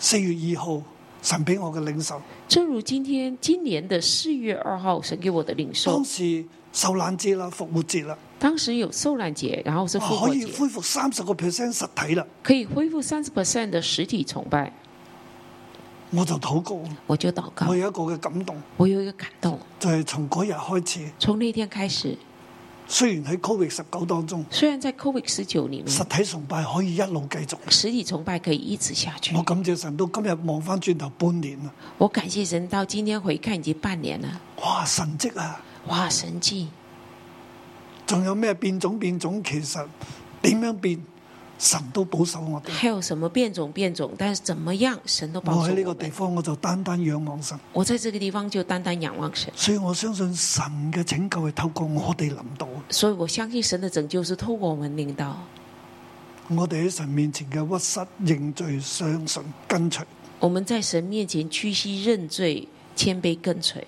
[SPEAKER 2] 四月二號神俾我嘅領受，
[SPEAKER 3] 正如今天今年的四月二号，神给我的领受
[SPEAKER 2] 當，時受難節啦、復活節啦，
[SPEAKER 3] 当时有受难节，然后是复
[SPEAKER 2] 哇可
[SPEAKER 3] 活
[SPEAKER 2] 以
[SPEAKER 3] 节，
[SPEAKER 2] 恢復三十個 percent 實體啦，
[SPEAKER 3] 可以恢复三十 percent 的实体崇拜。
[SPEAKER 2] 我就禱告，
[SPEAKER 3] 我就祷告
[SPEAKER 2] 我，有一個嘅感動，
[SPEAKER 3] 我有一个感动。
[SPEAKER 2] 就係從嗰日開始，
[SPEAKER 3] 从那天开始，
[SPEAKER 2] 雖然喺 Covid 十九當中，
[SPEAKER 3] 虽然在 COVID 十九里面，
[SPEAKER 2] 實體崇拜可以一路繼續。
[SPEAKER 3] 实体崇拜可以一直下去
[SPEAKER 2] 我。感謝神，到今日望翻轉頭半年啦，
[SPEAKER 3] 我感谢神，到今天回看已经半年了，
[SPEAKER 2] 哇！神蹟啊，
[SPEAKER 3] 哇，神迹！
[SPEAKER 2] 仲有咩變種變種，其實點樣變，神都保守我哋。
[SPEAKER 3] 还有什么变种变种，但是怎么样，神都保
[SPEAKER 2] 我
[SPEAKER 3] 守
[SPEAKER 2] 喺呢個
[SPEAKER 3] 我
[SPEAKER 2] 地
[SPEAKER 3] 们。
[SPEAKER 2] 方，我就單單仰望神，
[SPEAKER 3] 我在这个地方就单单仰望神，
[SPEAKER 2] 所以我相信神嘅拯救係透過我哋臨到，
[SPEAKER 3] 所以我相信神的拯救是透过我们领导。
[SPEAKER 2] 我哋喺神面前嘅屈膝認罪、相信、跟隨，
[SPEAKER 3] 我们在神面前屈膝认罪，谦卑跟随，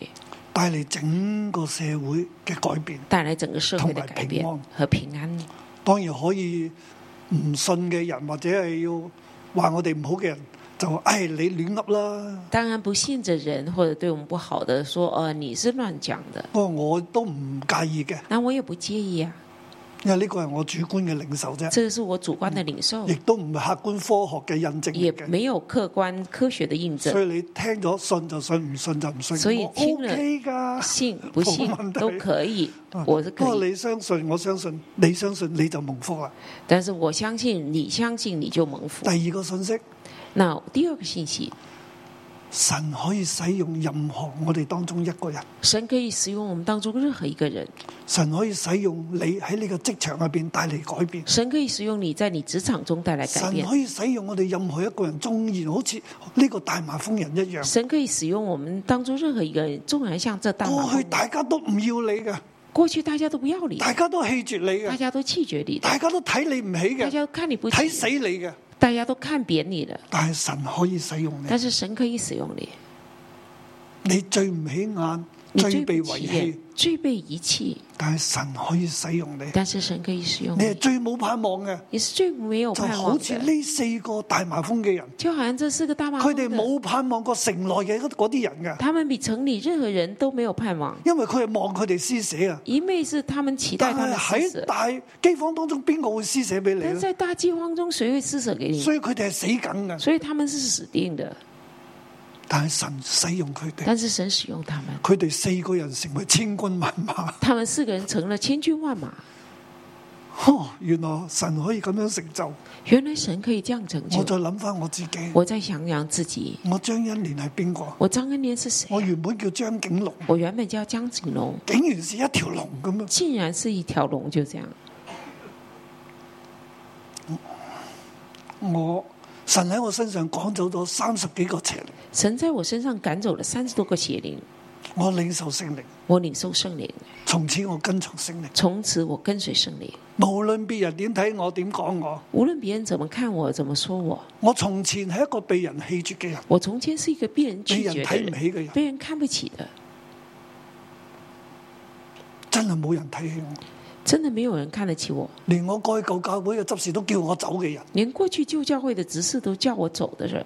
[SPEAKER 2] 帶嚟整個社會嘅改變。
[SPEAKER 3] 带来整个社会的改变
[SPEAKER 2] 同埋平
[SPEAKER 3] 和平安。
[SPEAKER 2] 當然可以唔信嘅人，或者係要話我哋唔好嘅人，就話：，唉、你亂噏啦！
[SPEAKER 3] 当然，不信的人或者对我们不好的说，呃，你是乱讲的，
[SPEAKER 2] 不過我都唔介意嘅。
[SPEAKER 3] 那我也不介意啊。
[SPEAKER 2] 因為呢個係我主觀嘅領受啫，
[SPEAKER 3] 这个是我主觀的领受
[SPEAKER 2] 亦，都唔係客觀科學嘅印證
[SPEAKER 3] 也
[SPEAKER 2] 嚟嘅。
[SPEAKER 3] 没有客觀科學的印
[SPEAKER 2] 所
[SPEAKER 3] 證，
[SPEAKER 2] 以你聽咗信就信，唔信就唔信。
[SPEAKER 3] 所以
[SPEAKER 2] 我
[SPEAKER 3] 聽了
[SPEAKER 2] OK 噶，
[SPEAKER 3] 信不信
[SPEAKER 2] 冇問題
[SPEAKER 3] 都可以，我是
[SPEAKER 2] 不過
[SPEAKER 3] 可以，
[SPEAKER 2] 你相信，我相信，你相信你就蒙福啦。
[SPEAKER 3] 但是我相信你相信你就蒙福。
[SPEAKER 2] 第二個信息，
[SPEAKER 3] 那第二個信息，
[SPEAKER 2] 神可以使用任何我哋當中一個人，
[SPEAKER 3] 神可以使用我們當中任何一個人，
[SPEAKER 2] 神可以使用你喺呢個職場入邊帶嚟改變。
[SPEAKER 3] 神可以使用你在你職場中帶來改
[SPEAKER 2] 神
[SPEAKER 3] 變，
[SPEAKER 2] 可以使用我哋任何一個人，縱然好似呢個大麻風人一樣，
[SPEAKER 3] 神可以使用我們當中任何一個人，縱然像這大麻
[SPEAKER 2] 過去
[SPEAKER 3] 風
[SPEAKER 2] 大家都唔要你嘅，
[SPEAKER 3] 過去大家都不要你，
[SPEAKER 2] 大家都棄絕你
[SPEAKER 3] 大
[SPEAKER 2] 嘅，
[SPEAKER 3] 家都氣絕你的，
[SPEAKER 2] 大家都睇你唔起
[SPEAKER 3] 大
[SPEAKER 2] 嘅，
[SPEAKER 3] 家都看你不
[SPEAKER 2] 睇
[SPEAKER 3] 起，
[SPEAKER 2] 死你嘅。
[SPEAKER 3] 大家都看扁你了。
[SPEAKER 2] 但係神可以使用你，
[SPEAKER 3] 但是神可以使用你，
[SPEAKER 2] 你最唔起眼，
[SPEAKER 3] 你
[SPEAKER 2] 最被
[SPEAKER 3] 不
[SPEAKER 2] 遺
[SPEAKER 3] 起
[SPEAKER 2] 棄
[SPEAKER 3] 眼，，最被遺棄，
[SPEAKER 2] 但係神可以使用你，
[SPEAKER 3] 但是神可以使用
[SPEAKER 2] 你係
[SPEAKER 3] 你，
[SPEAKER 2] 最冇盼望嘅，
[SPEAKER 3] 你是最沒有
[SPEAKER 2] 就
[SPEAKER 3] 盼
[SPEAKER 2] 好
[SPEAKER 3] 望
[SPEAKER 2] 似
[SPEAKER 3] 的。
[SPEAKER 2] 呢四個大麻風嘅人，
[SPEAKER 3] 就好像這四個大麻
[SPEAKER 2] 佢
[SPEAKER 3] 風
[SPEAKER 2] 哋
[SPEAKER 3] 的，
[SPEAKER 2] 冇盼望過城內嘅嗰啲人嘅，
[SPEAKER 3] 他們比城裡任何人都沒有盼望，
[SPEAKER 2] 因為佢係望佢哋施捨啊。
[SPEAKER 3] 一昧是他們期待
[SPEAKER 2] 但
[SPEAKER 3] 他
[SPEAKER 2] 係
[SPEAKER 3] 們施
[SPEAKER 2] 喺
[SPEAKER 3] 舍，
[SPEAKER 2] 大饑荒當中，邊個會施捨俾你
[SPEAKER 3] 但是
[SPEAKER 2] 咧？
[SPEAKER 3] 在大饑荒中，誰會施舍給你？
[SPEAKER 2] 所以佢哋係死緊嘅。
[SPEAKER 3] 所以他們是死定的，
[SPEAKER 2] 但係神使用佢哋，
[SPEAKER 3] 但是神使用他們，
[SPEAKER 2] 佢哋四個人成為千軍萬馬。
[SPEAKER 3] 他們四個人成了千軍萬馬。
[SPEAKER 2] 哦，原來神可以咁樣成就。
[SPEAKER 3] 原來神可以这样成
[SPEAKER 2] 我
[SPEAKER 3] 就。
[SPEAKER 2] 再諗翻我自己，
[SPEAKER 3] 我在想想自己，
[SPEAKER 2] 我張欣年係邊個？
[SPEAKER 3] 我张恩年是谁？
[SPEAKER 2] 我原本叫張景龍，
[SPEAKER 3] 我原本叫江景龙，
[SPEAKER 2] 竟然是一條龍咁樣。
[SPEAKER 3] 竟然是一条龙，就这样。
[SPEAKER 2] 我神喺我身上趕走咗三十幾個邪靈，
[SPEAKER 3] 神在我身上赶走了三十多个邪灵，
[SPEAKER 2] 我領受聖靈，
[SPEAKER 3] 我领受圣灵，
[SPEAKER 2] 從此我跟從聖靈，
[SPEAKER 3] 从此我跟随圣灵。
[SPEAKER 2] 無論別人點睇我點講我，
[SPEAKER 3] 无论别人怎么看我，怎么说我，
[SPEAKER 2] 我從前係一個被人棄絕嘅人，
[SPEAKER 3] 我从前是一个被人
[SPEAKER 2] 被
[SPEAKER 3] 拒
[SPEAKER 2] 人
[SPEAKER 3] 绝的
[SPEAKER 2] 睇唔
[SPEAKER 3] 人，
[SPEAKER 2] 起嘅人，
[SPEAKER 3] 被人看不起的，
[SPEAKER 2] 真係冇人睇起我，
[SPEAKER 3] 真的没有人看得起我。
[SPEAKER 2] 連我過去舊教會嘅執事都叫我走嘅人。
[SPEAKER 3] 连过去旧教会的执事都叫我走的人，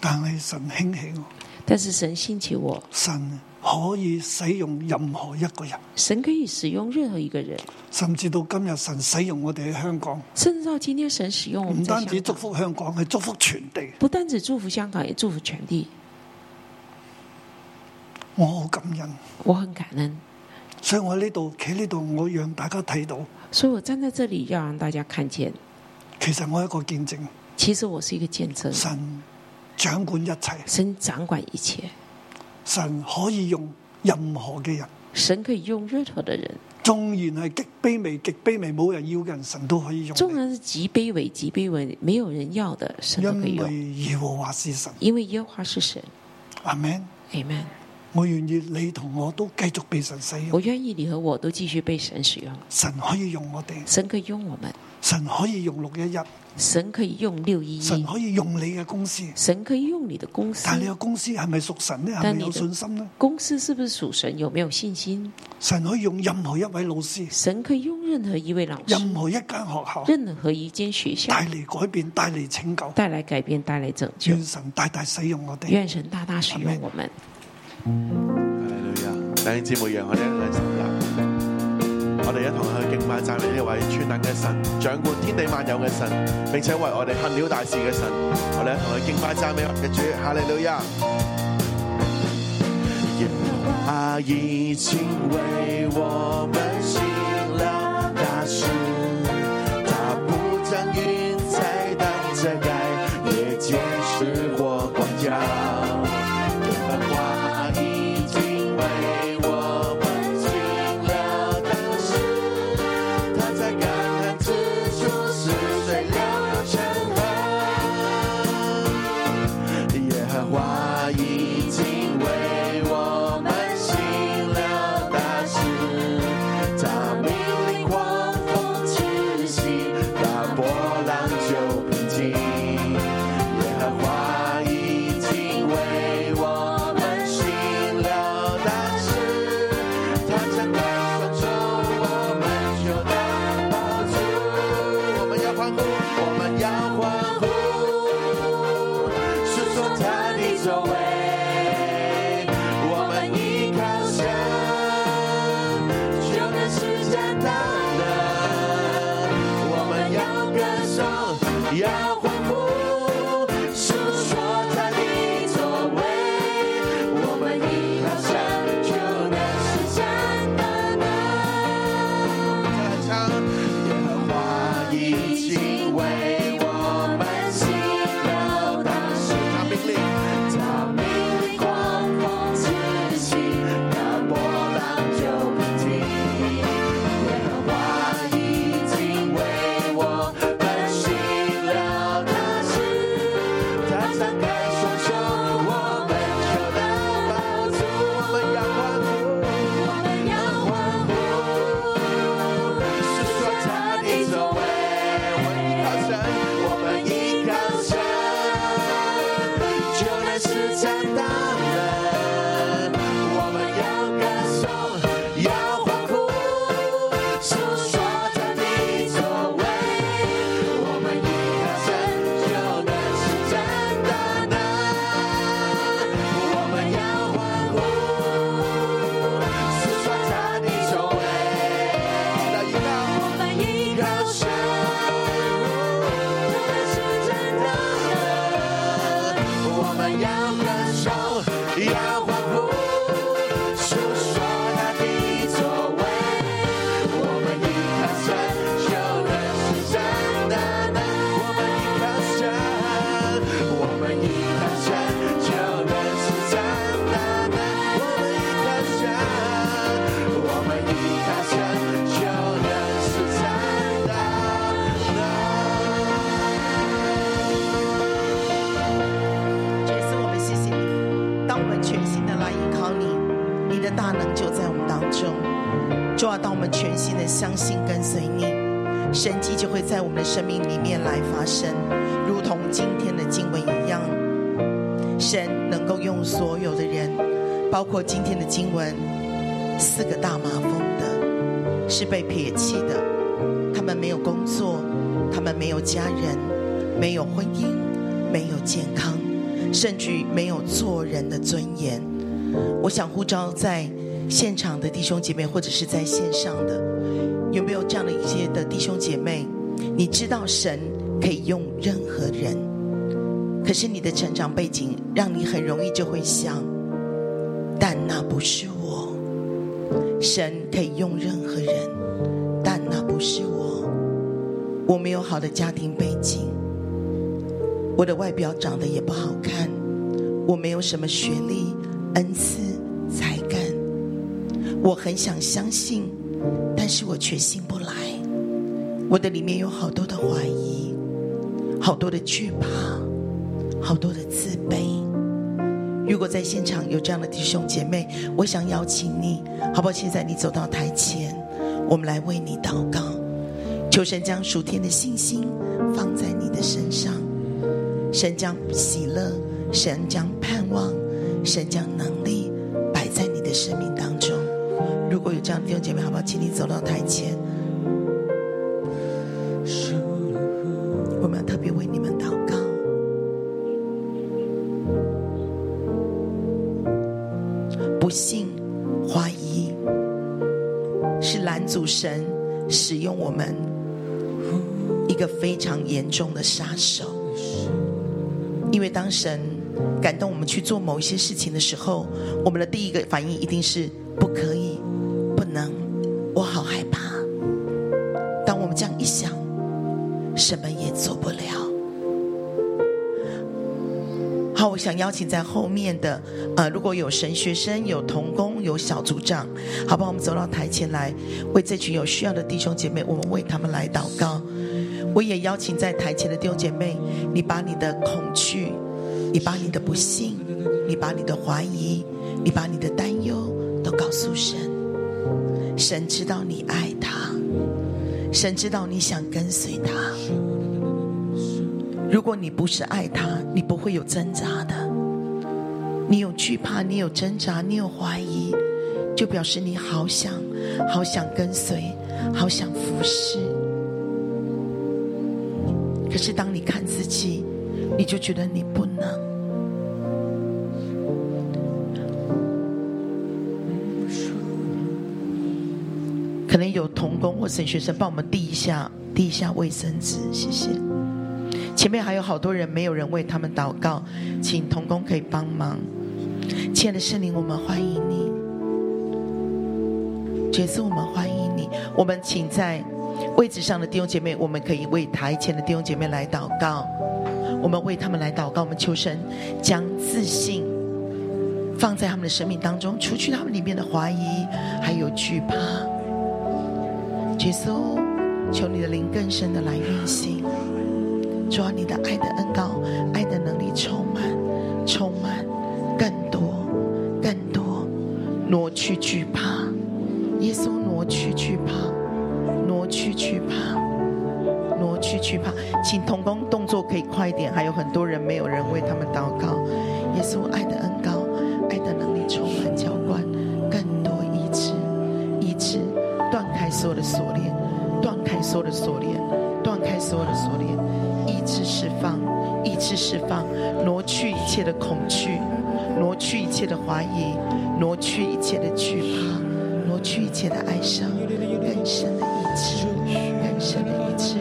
[SPEAKER 2] 但係神興起我，
[SPEAKER 3] 但是神兴起我，
[SPEAKER 2] 神可以使用任何一個人，
[SPEAKER 3] 神可以使用任何一个人，
[SPEAKER 2] 甚至到今日神使用我哋喺香港，
[SPEAKER 3] 甚至到今天神使用我
[SPEAKER 2] 唔
[SPEAKER 3] 们在
[SPEAKER 2] 單止
[SPEAKER 3] 香
[SPEAKER 2] 祝
[SPEAKER 3] 港，
[SPEAKER 2] 福香港，係祝福全地。
[SPEAKER 3] 不单只祝福香港，也祝福全地。
[SPEAKER 2] 我好感恩，
[SPEAKER 3] 我很感恩，
[SPEAKER 2] 所以我喺呢度企喺呢度，我讓大家睇到，
[SPEAKER 3] 所以我站在这里要让大家看见，
[SPEAKER 2] 其實我係一個見證，
[SPEAKER 3] 其实我是一个见证，
[SPEAKER 2] 神掌管一切，
[SPEAKER 3] 神掌管一切，
[SPEAKER 2] 神可以用任何嘅人，
[SPEAKER 3] 神可以用任何的人，
[SPEAKER 2] 縱然係極卑微、極卑微冇人要嘅人，神都可以用
[SPEAKER 3] 纵
[SPEAKER 2] 你，
[SPEAKER 3] 然是极卑微、极卑微，没有人要的，神都可以
[SPEAKER 2] 因為
[SPEAKER 3] 用，
[SPEAKER 2] 耶和華是神。
[SPEAKER 3] 因为耶和华是神。
[SPEAKER 2] 阿 Man，
[SPEAKER 3] Amen。
[SPEAKER 2] 我願意你同我都繼續被神使用，
[SPEAKER 3] 我愿意你和我都继续被神使用，
[SPEAKER 2] 神可以用我哋。
[SPEAKER 3] 神可以用我们，
[SPEAKER 2] 神可以用六一一，
[SPEAKER 3] 神可以用六一
[SPEAKER 2] 神
[SPEAKER 3] 一，
[SPEAKER 2] 可以用你嘅公司，
[SPEAKER 3] 神可以用你的公司。
[SPEAKER 2] 但係你嘅公司係咪屬神呢？係
[SPEAKER 3] 但你
[SPEAKER 2] 咪
[SPEAKER 3] 的
[SPEAKER 2] 有信心呢？
[SPEAKER 3] 公司是不是属神？有没有信心？
[SPEAKER 2] 神可以用任何一位老師，
[SPEAKER 3] 神可以用任何一位老师、
[SPEAKER 2] 任何一間學校
[SPEAKER 3] 任何一间学校
[SPEAKER 2] 帶嚟改變，帶嚟拯救。
[SPEAKER 3] 带来改变、带来拯救
[SPEAKER 2] 願。神大大使用我哋。
[SPEAKER 3] 愿神大大使用我们。
[SPEAKER 4] 哈利路亞！弟兄姊妹，讓我哋一齊站立，我哋一同去敬拜讚美呢位全能嘅神，掌管天地萬有嘅神，並且為我哋行了大事嘅神。我哋一同去敬拜讚美我哋嘅主，哈利路亞！耶和华已经为我们行了大事，他不将云彩当遮盖，也揭示我光耀。耶和华已经为我们行了大事，他在橄榄枝处使水流成河。耶和华已经为我们行了大事，他命令狂风止息，大波浪就平静。耶和华已经为我们行了大事，他将大山从我们手中抱住。我们要欢呼，我们要欢呼。是说他的手是承担了。我们要歌颂，要欢呼，诉说着你作为。我们一同成就的是真的呢。我们要欢呼，诉说着你作为。我们一高声。我们是真的人，我们要歌颂，要欢呼，诉说他的作为。我们一颗心，就能是真的人。我们一颗心，我们一颗心，就能是真的人。我们一颗心，我们一颗心，就能是真的人。
[SPEAKER 5] 主耶稣，我们谢谢你，当我们全心的来依靠你，你的大能就在我们当中。主啊，当我们全心的相信跟随你，神迹就会在我们的生命里面来发生，如同今天的经文一样。神能够用所有的人，包括今天的经文，四个大麻风的，是被撇弃的，他们没有工作，他们没有家人，没有婚姻，没有健康，甚至于没有做人的尊严。我想呼召在现场的弟兄姐妹，或者是在线上的，有没有这样的一些的弟兄姐妹？你知道神可以用任何人，可是你的成长背景让你很容易就会想，但那不是我。神可以用任何人，但那不是我。我没有好的家庭背景，我的外表长得也不好看，我没有什么学历、恩赐、才干。我很想相信，但是我却信不来。我的里面有好多的怀疑，好多的惧怕，好多的自卑。如果在现场有这样的弟兄姐妹，我想邀请你，好不好？现在你走到台前，我们来为你祷告，求神将属天的信心放在你的身上，神将喜乐，神将盼望，神将能力摆在你的生命当中。如果有这样的弟兄姐妹，好不好？请你走到台前，我们要特别为你们祷告。不信、怀疑，是拦阻神使用我们一个非常严重的杀手。因为当神感动我们去做某一些事情的时候，我们的第一个反应一定是不可以、不能，我好害怕。当我们这样一想，什么也做不了。好，我想邀请在后面的，呃，如果有神学生、有童工、有小组长，好不好？我们走到台前来，为这群有需要的弟兄姐妹，我们为他们来祷告。我也邀请在台前的弟兄姐妹，你把你的恐惧，你把你的不幸，你把你的怀疑，你把你的担忧，都告诉神。神知道你爱他，神知道你想跟随他。如果你不是爱他，你不会有挣扎的。你有惧怕，你有挣扎，你有怀疑，就表示你好想、好想跟随，好想服侍。可是当你看自己，你就觉得你不能。可能有童工或神学生帮我们递一下递一下卫生纸，谢谢。前面还有好多人，没有人为他们祷告，请童工可以帮忙。亲爱的圣灵，我们欢迎你，主耶稣，我们欢迎你。我们请在位置上的弟兄姐妹，我们可以为台前的弟兄姐妹来祷告，我们为他们来祷告，我们求神将自信放在他们的生命当中，除去他们里面的怀疑还有惧怕。主耶稣，求你的灵更深的来运行。主啊，你的爱的恩膏、爱的能力充满、充满、更多、更多，挪去惧怕。耶稣挪去惧怕，挪去惧怕，挪去惧怕。请童工动作可以快一点，还有很多人没有人为他们祷告。耶稣爱的恩高，爱的能力充满浇灌，更多医治，医治断开所有的锁链，断开所有的锁链，断开所有的锁链，医治释放，医治释放，挪去一切的恐惧，挪去一切的怀疑，挪去一切的惧怕，挪去一切的哀伤，更深的医治，更深的医治。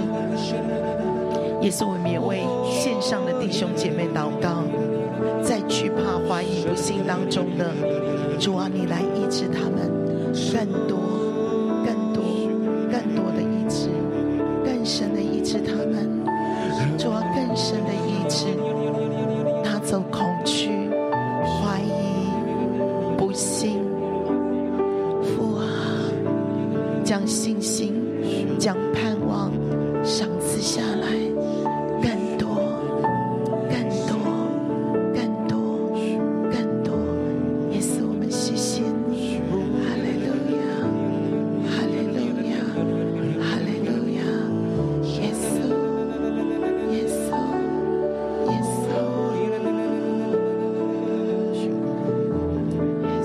[SPEAKER 5] 耶稣，我们也为线上的弟兄姐妹祷告，在惧怕、怀疑、不信当中的主啊，你来医治他们，更多、更多、更多的医治，更深的医治他们，主啊，更深的医治，拿走恐惧、怀疑、不信。父啊，将信心、将盼望赏赐下来，更多、更多、更多、更多。耶稣，我们谢谢你，哈利路亚，哈利路亚，哈利路亚，耶稣，耶稣，耶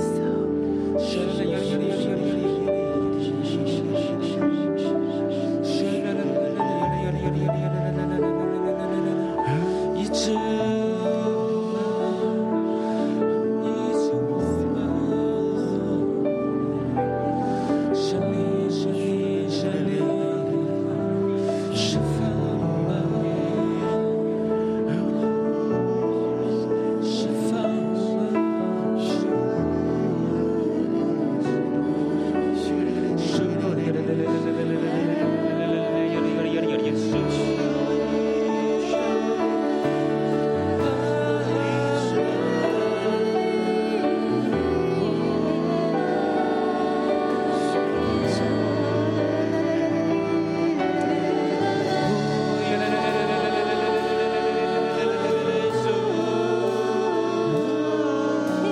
[SPEAKER 5] 稣，耶稣。
[SPEAKER 4] 一直，一直我胜利，胜利，胜利，是分门，是分门，是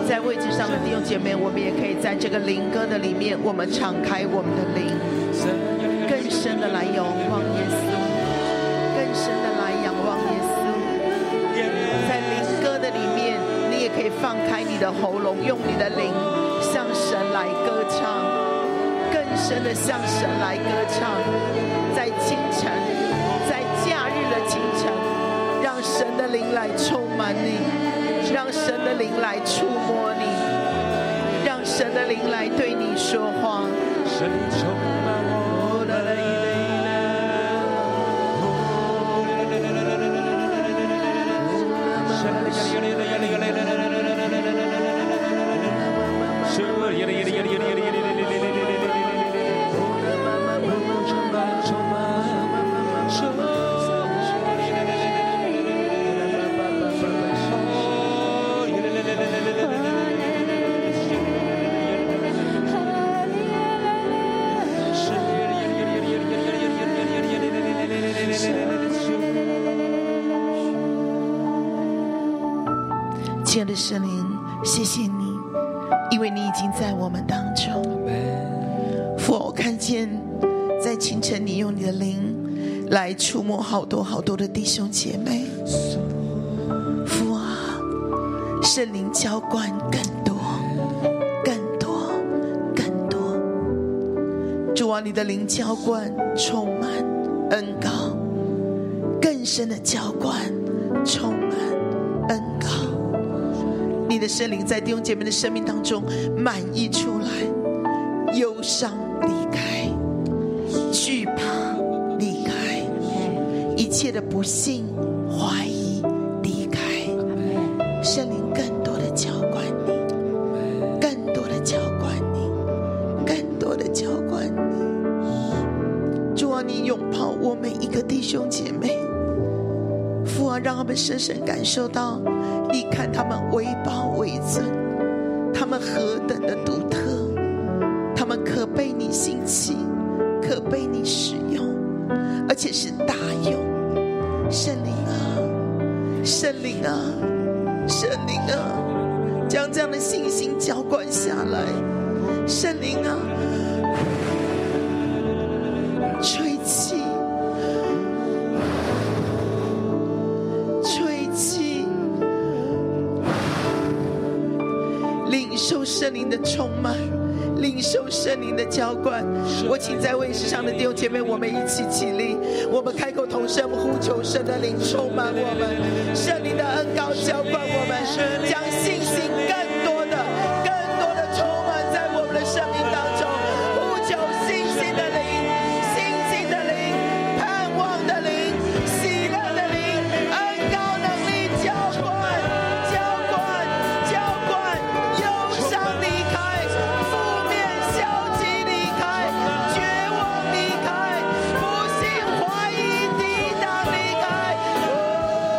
[SPEAKER 5] 在位置上的弟兄姐妹，我们也可以在这个灵歌的里面，我们敞开我们的灵，更深的来仰望耶稣，更深的来仰望耶稣。在灵歌的里面，你也可以放开你的喉咙，用你的灵向神来歌唱，更深的向神来歌唱。在清晨，在假日的清晨，让神的灵来充满你，让神的灵来触摸你，让神的灵来对你说话。
[SPEAKER 4] 神充满我的泪
[SPEAKER 5] 亲爱的神灵，谢谢你，因为你已经在我们当中。父，啊我看见在清晨你用你的灵来触摸好多好多的弟兄姐妹。父啊，圣灵浇灌更多、更多、更多。主啊，你的灵浇灌充满恩高，更深的浇灌充满恩高。你的圣灵在弟兄姐妹的生命当中满溢出来，忧伤离开，惧怕离开，一切的不幸、怀疑离开，圣灵更多的浇灌你，更多的浇灌你，更多的浇灌你。主啊，你拥抱我每一个弟兄姐妹。父啊，让他们深深感受到，你看他们为宝为尊，他们何等的独特，他们可被你兴起，可被你使用，而且是大用。圣灵啊，圣灵啊，圣灵啊，将这样的信心浇灌下来，圣灵啊，吹气。吹气，受圣灵的充满，领受圣灵的浇灌。我请在位置上的弟兄姐妹，我们一起起立，我们开口同声呼求神的灵充满我们，圣灵的恩膏浇灌我们，将信心更多的、更多的充满在我们的生命当中。呼求信心的灵，信心的灵，盼望的灵，喜乐的灵，恩膏能力浇灌。浇灌，浇灌，忧伤离开，负面消极离开，绝望离开，不信怀疑抵挡离开。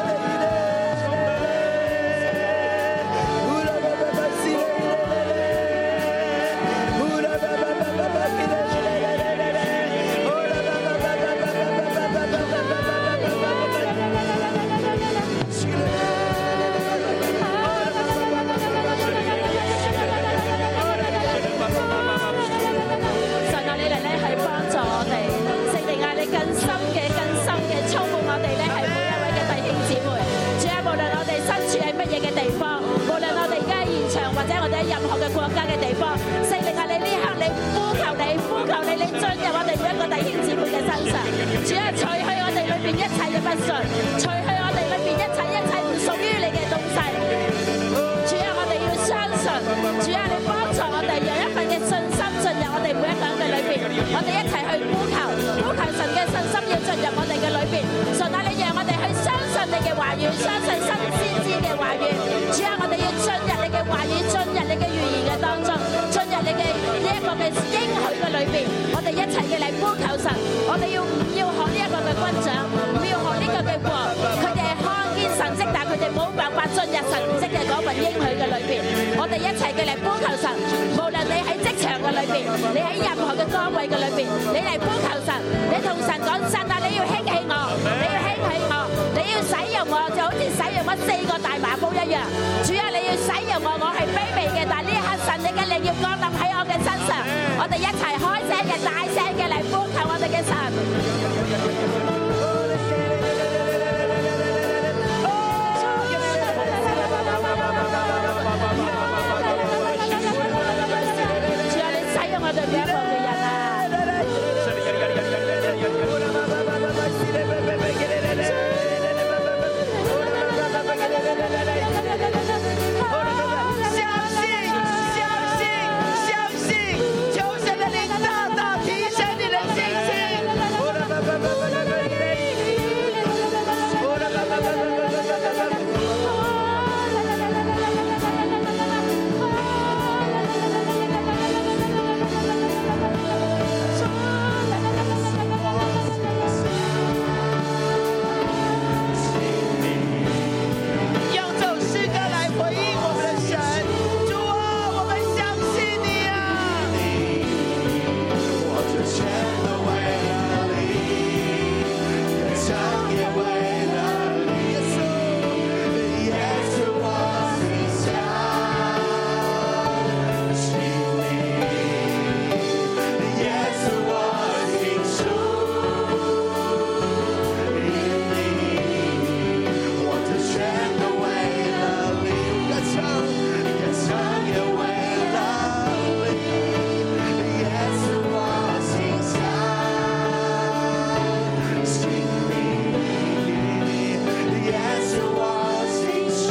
[SPEAKER 6] 神啊，你嚟咧係幫助我哋，聖靈啊，你更深嘅、更深嘅充滿我哋咧，係每一位嘅弟兄姊妹。主啊，無論我哋身處喺乜嘢嘅地方，無論我哋而家喺現場或者我哋喺任何嘅國家嘅地方，聖靈啊，你呢刻你呼求你，呼求你，你進入我哋每一個弟兄姊妹嘅身上。主啊，除去我哋裏邊一切嘅不信，除去我哋裏邊一切一切唔屬於你嘅東西。主啊，我哋要相信，主啊，你幫助我哋有一份嘅信心進入我哋每一個人嘅裏邊，我哋一齊去呼求，呼求神嘅信心要進入我哋嘅裏邊。神啊，你讓我哋去相信你嘅話語，相信新先知嘅話語。主啊，我哋要進入你嘅話語，進入你嘅預言嘅當中，進入你嘅呢一個嘅應許嘅裏邊。我哋一齊嘅嚟呼求神，我哋要唔要學呢一個嘅軍長，唔要學呢個嘅國，佢哋係看見神跡，但係佢哋冇辦法進入神跡嘅嗰份應許嘅裏邊。我哋一齊嘅嚟呼求神，無論你喺職場嘅裏邊，你喺任何嘅崗位嘅裏邊，你嚟呼求神，你同神講神啊，你要興起我，你要興起我，你要使用我，就好似使用咗四個大麻煲一樣。主啊，你要使用我，我係卑微嘅，但呢一刻神你嘅力要降臨喺我嘅身上。我哋一齊開聲嘅大聲嘅嚟呼求我哋嘅神。主啊，你使用我哋每一個嘅人啊！
[SPEAKER 5] 相信，相信，相信，求神的灵大大提升你的信心。用这首诗歌来回应我们的神，主啊，我们相信你啊。
[SPEAKER 4] 我这全都为了你，歌唱也为了你，耶稣，你也是我心上心灵，你也是我心中引领，我这全都为了你，歌唱，歌唱也为了你。也是我心上心里，也是我心中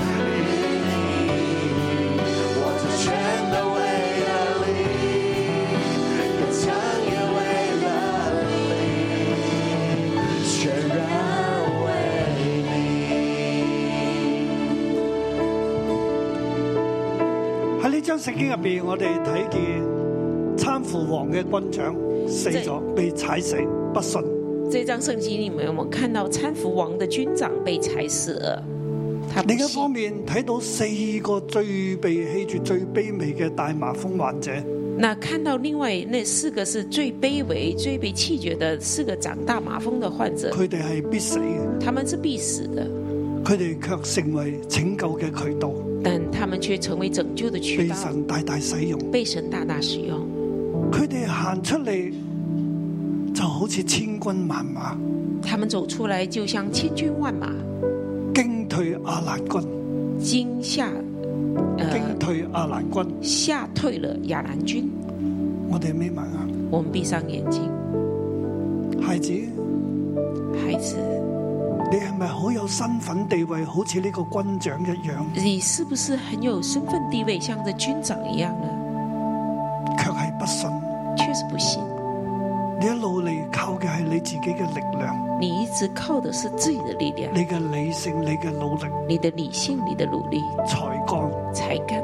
[SPEAKER 4] 你，我这全都为了你，歌唱也为了你，全然为你。
[SPEAKER 2] 喺呢張聖經入邊，我哋睇見參扶王嘅軍長死咗，被踩死，不信。
[SPEAKER 3] 这张圣经里面，我们看到搀扶王的军长被踩死了，他不
[SPEAKER 2] 另一
[SPEAKER 3] 信
[SPEAKER 2] 方面睇到四個最被棄絕、最卑微嘅大麻風患者，
[SPEAKER 3] 那看到另外那四个是最卑微、最被弃绝的四个长大麻风的患者，
[SPEAKER 2] 佢哋係必死嘅，
[SPEAKER 3] 他们是必死的，
[SPEAKER 2] 佢哋卻成為拯救嘅渠道，
[SPEAKER 3] 但他们却成为拯救的渠
[SPEAKER 2] 被
[SPEAKER 3] 道，
[SPEAKER 2] 神大大使用。
[SPEAKER 3] 被神大大使用。
[SPEAKER 2] 佢哋行出嚟就好似千軍萬馬，
[SPEAKER 3] 他们走出来就像千军万马，
[SPEAKER 2] 驚退阿蘭軍。
[SPEAKER 3] 惊吓呃
[SPEAKER 2] 擊退亞蘭軍。
[SPEAKER 3] 吓退了亚兰军。
[SPEAKER 2] 我哋眯埋眼，
[SPEAKER 3] 我们闭上眼睛，
[SPEAKER 2] 孩子，你
[SPEAKER 3] 孩子，
[SPEAKER 2] 係咪好有身份地位，好似呢個軍長一樣，
[SPEAKER 3] 你是不是很有身份地位，像这军长一样呢？
[SPEAKER 2] 卻係不信？
[SPEAKER 3] 确实不信，
[SPEAKER 2] 你一路嚟靠嘅係你自己嘅力量，
[SPEAKER 3] 你一直靠的是自己的力量，
[SPEAKER 2] 你嘅理性、你嘅努力、
[SPEAKER 3] 你的理性、你的努力、
[SPEAKER 2] 才幹，
[SPEAKER 3] 才干，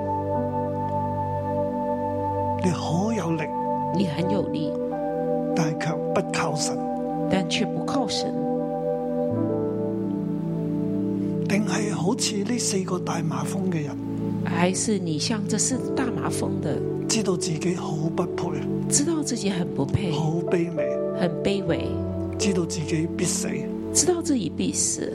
[SPEAKER 2] 你好有力，
[SPEAKER 3] 你很有力，
[SPEAKER 2] 但係卻不靠神。
[SPEAKER 3] 但却不靠神。
[SPEAKER 2] 定係好似呢四個大麻風嘅人，
[SPEAKER 3] 还是你像这是大麻风的，
[SPEAKER 2] 知道自己好不配、
[SPEAKER 3] 知道自己很不配，
[SPEAKER 2] 好卑微，
[SPEAKER 3] 很卑微，
[SPEAKER 2] 知道自己必死，
[SPEAKER 3] 知道自己必死，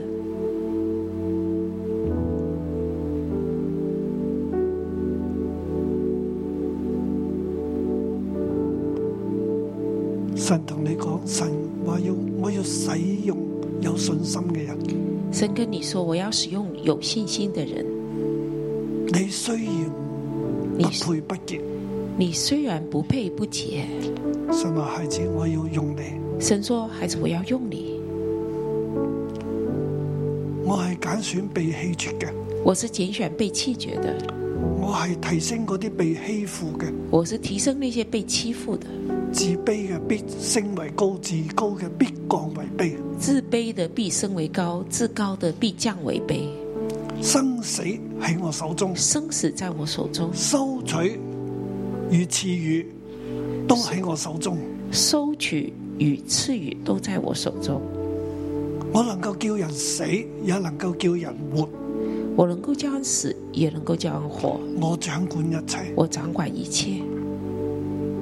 [SPEAKER 2] 神同你講，神話要我要使用有信心嘅人。
[SPEAKER 3] 神跟你说，我要使用有信心的人。
[SPEAKER 2] 你雖然
[SPEAKER 3] 你
[SPEAKER 2] 啊不配不結，
[SPEAKER 3] 你虽然不配不解，
[SPEAKER 2] 神話孩子，我要用你，
[SPEAKER 3] 神说：“孩子，我要用你，
[SPEAKER 2] 我係揀選被棄絕嘅，
[SPEAKER 3] 我是拣选被弃绝的，
[SPEAKER 2] 我係提升嗰啲被欺負嘅。
[SPEAKER 3] 我是提升那些被欺负的，
[SPEAKER 2] 自卑嘅必升為高，自高嘅必降為卑。
[SPEAKER 3] 自卑的必升为高，自高的必降为卑。
[SPEAKER 2] 生死喺我手中，
[SPEAKER 3] 生死在我手中，
[SPEAKER 2] 收取與賜予都喺我手中。
[SPEAKER 3] 收取与赐予都在我手中。
[SPEAKER 2] 我能夠叫人死，也能夠叫人活。
[SPEAKER 3] 我能够叫人死，也能够叫人活。
[SPEAKER 2] 我掌管一切。
[SPEAKER 3] 我掌管一切。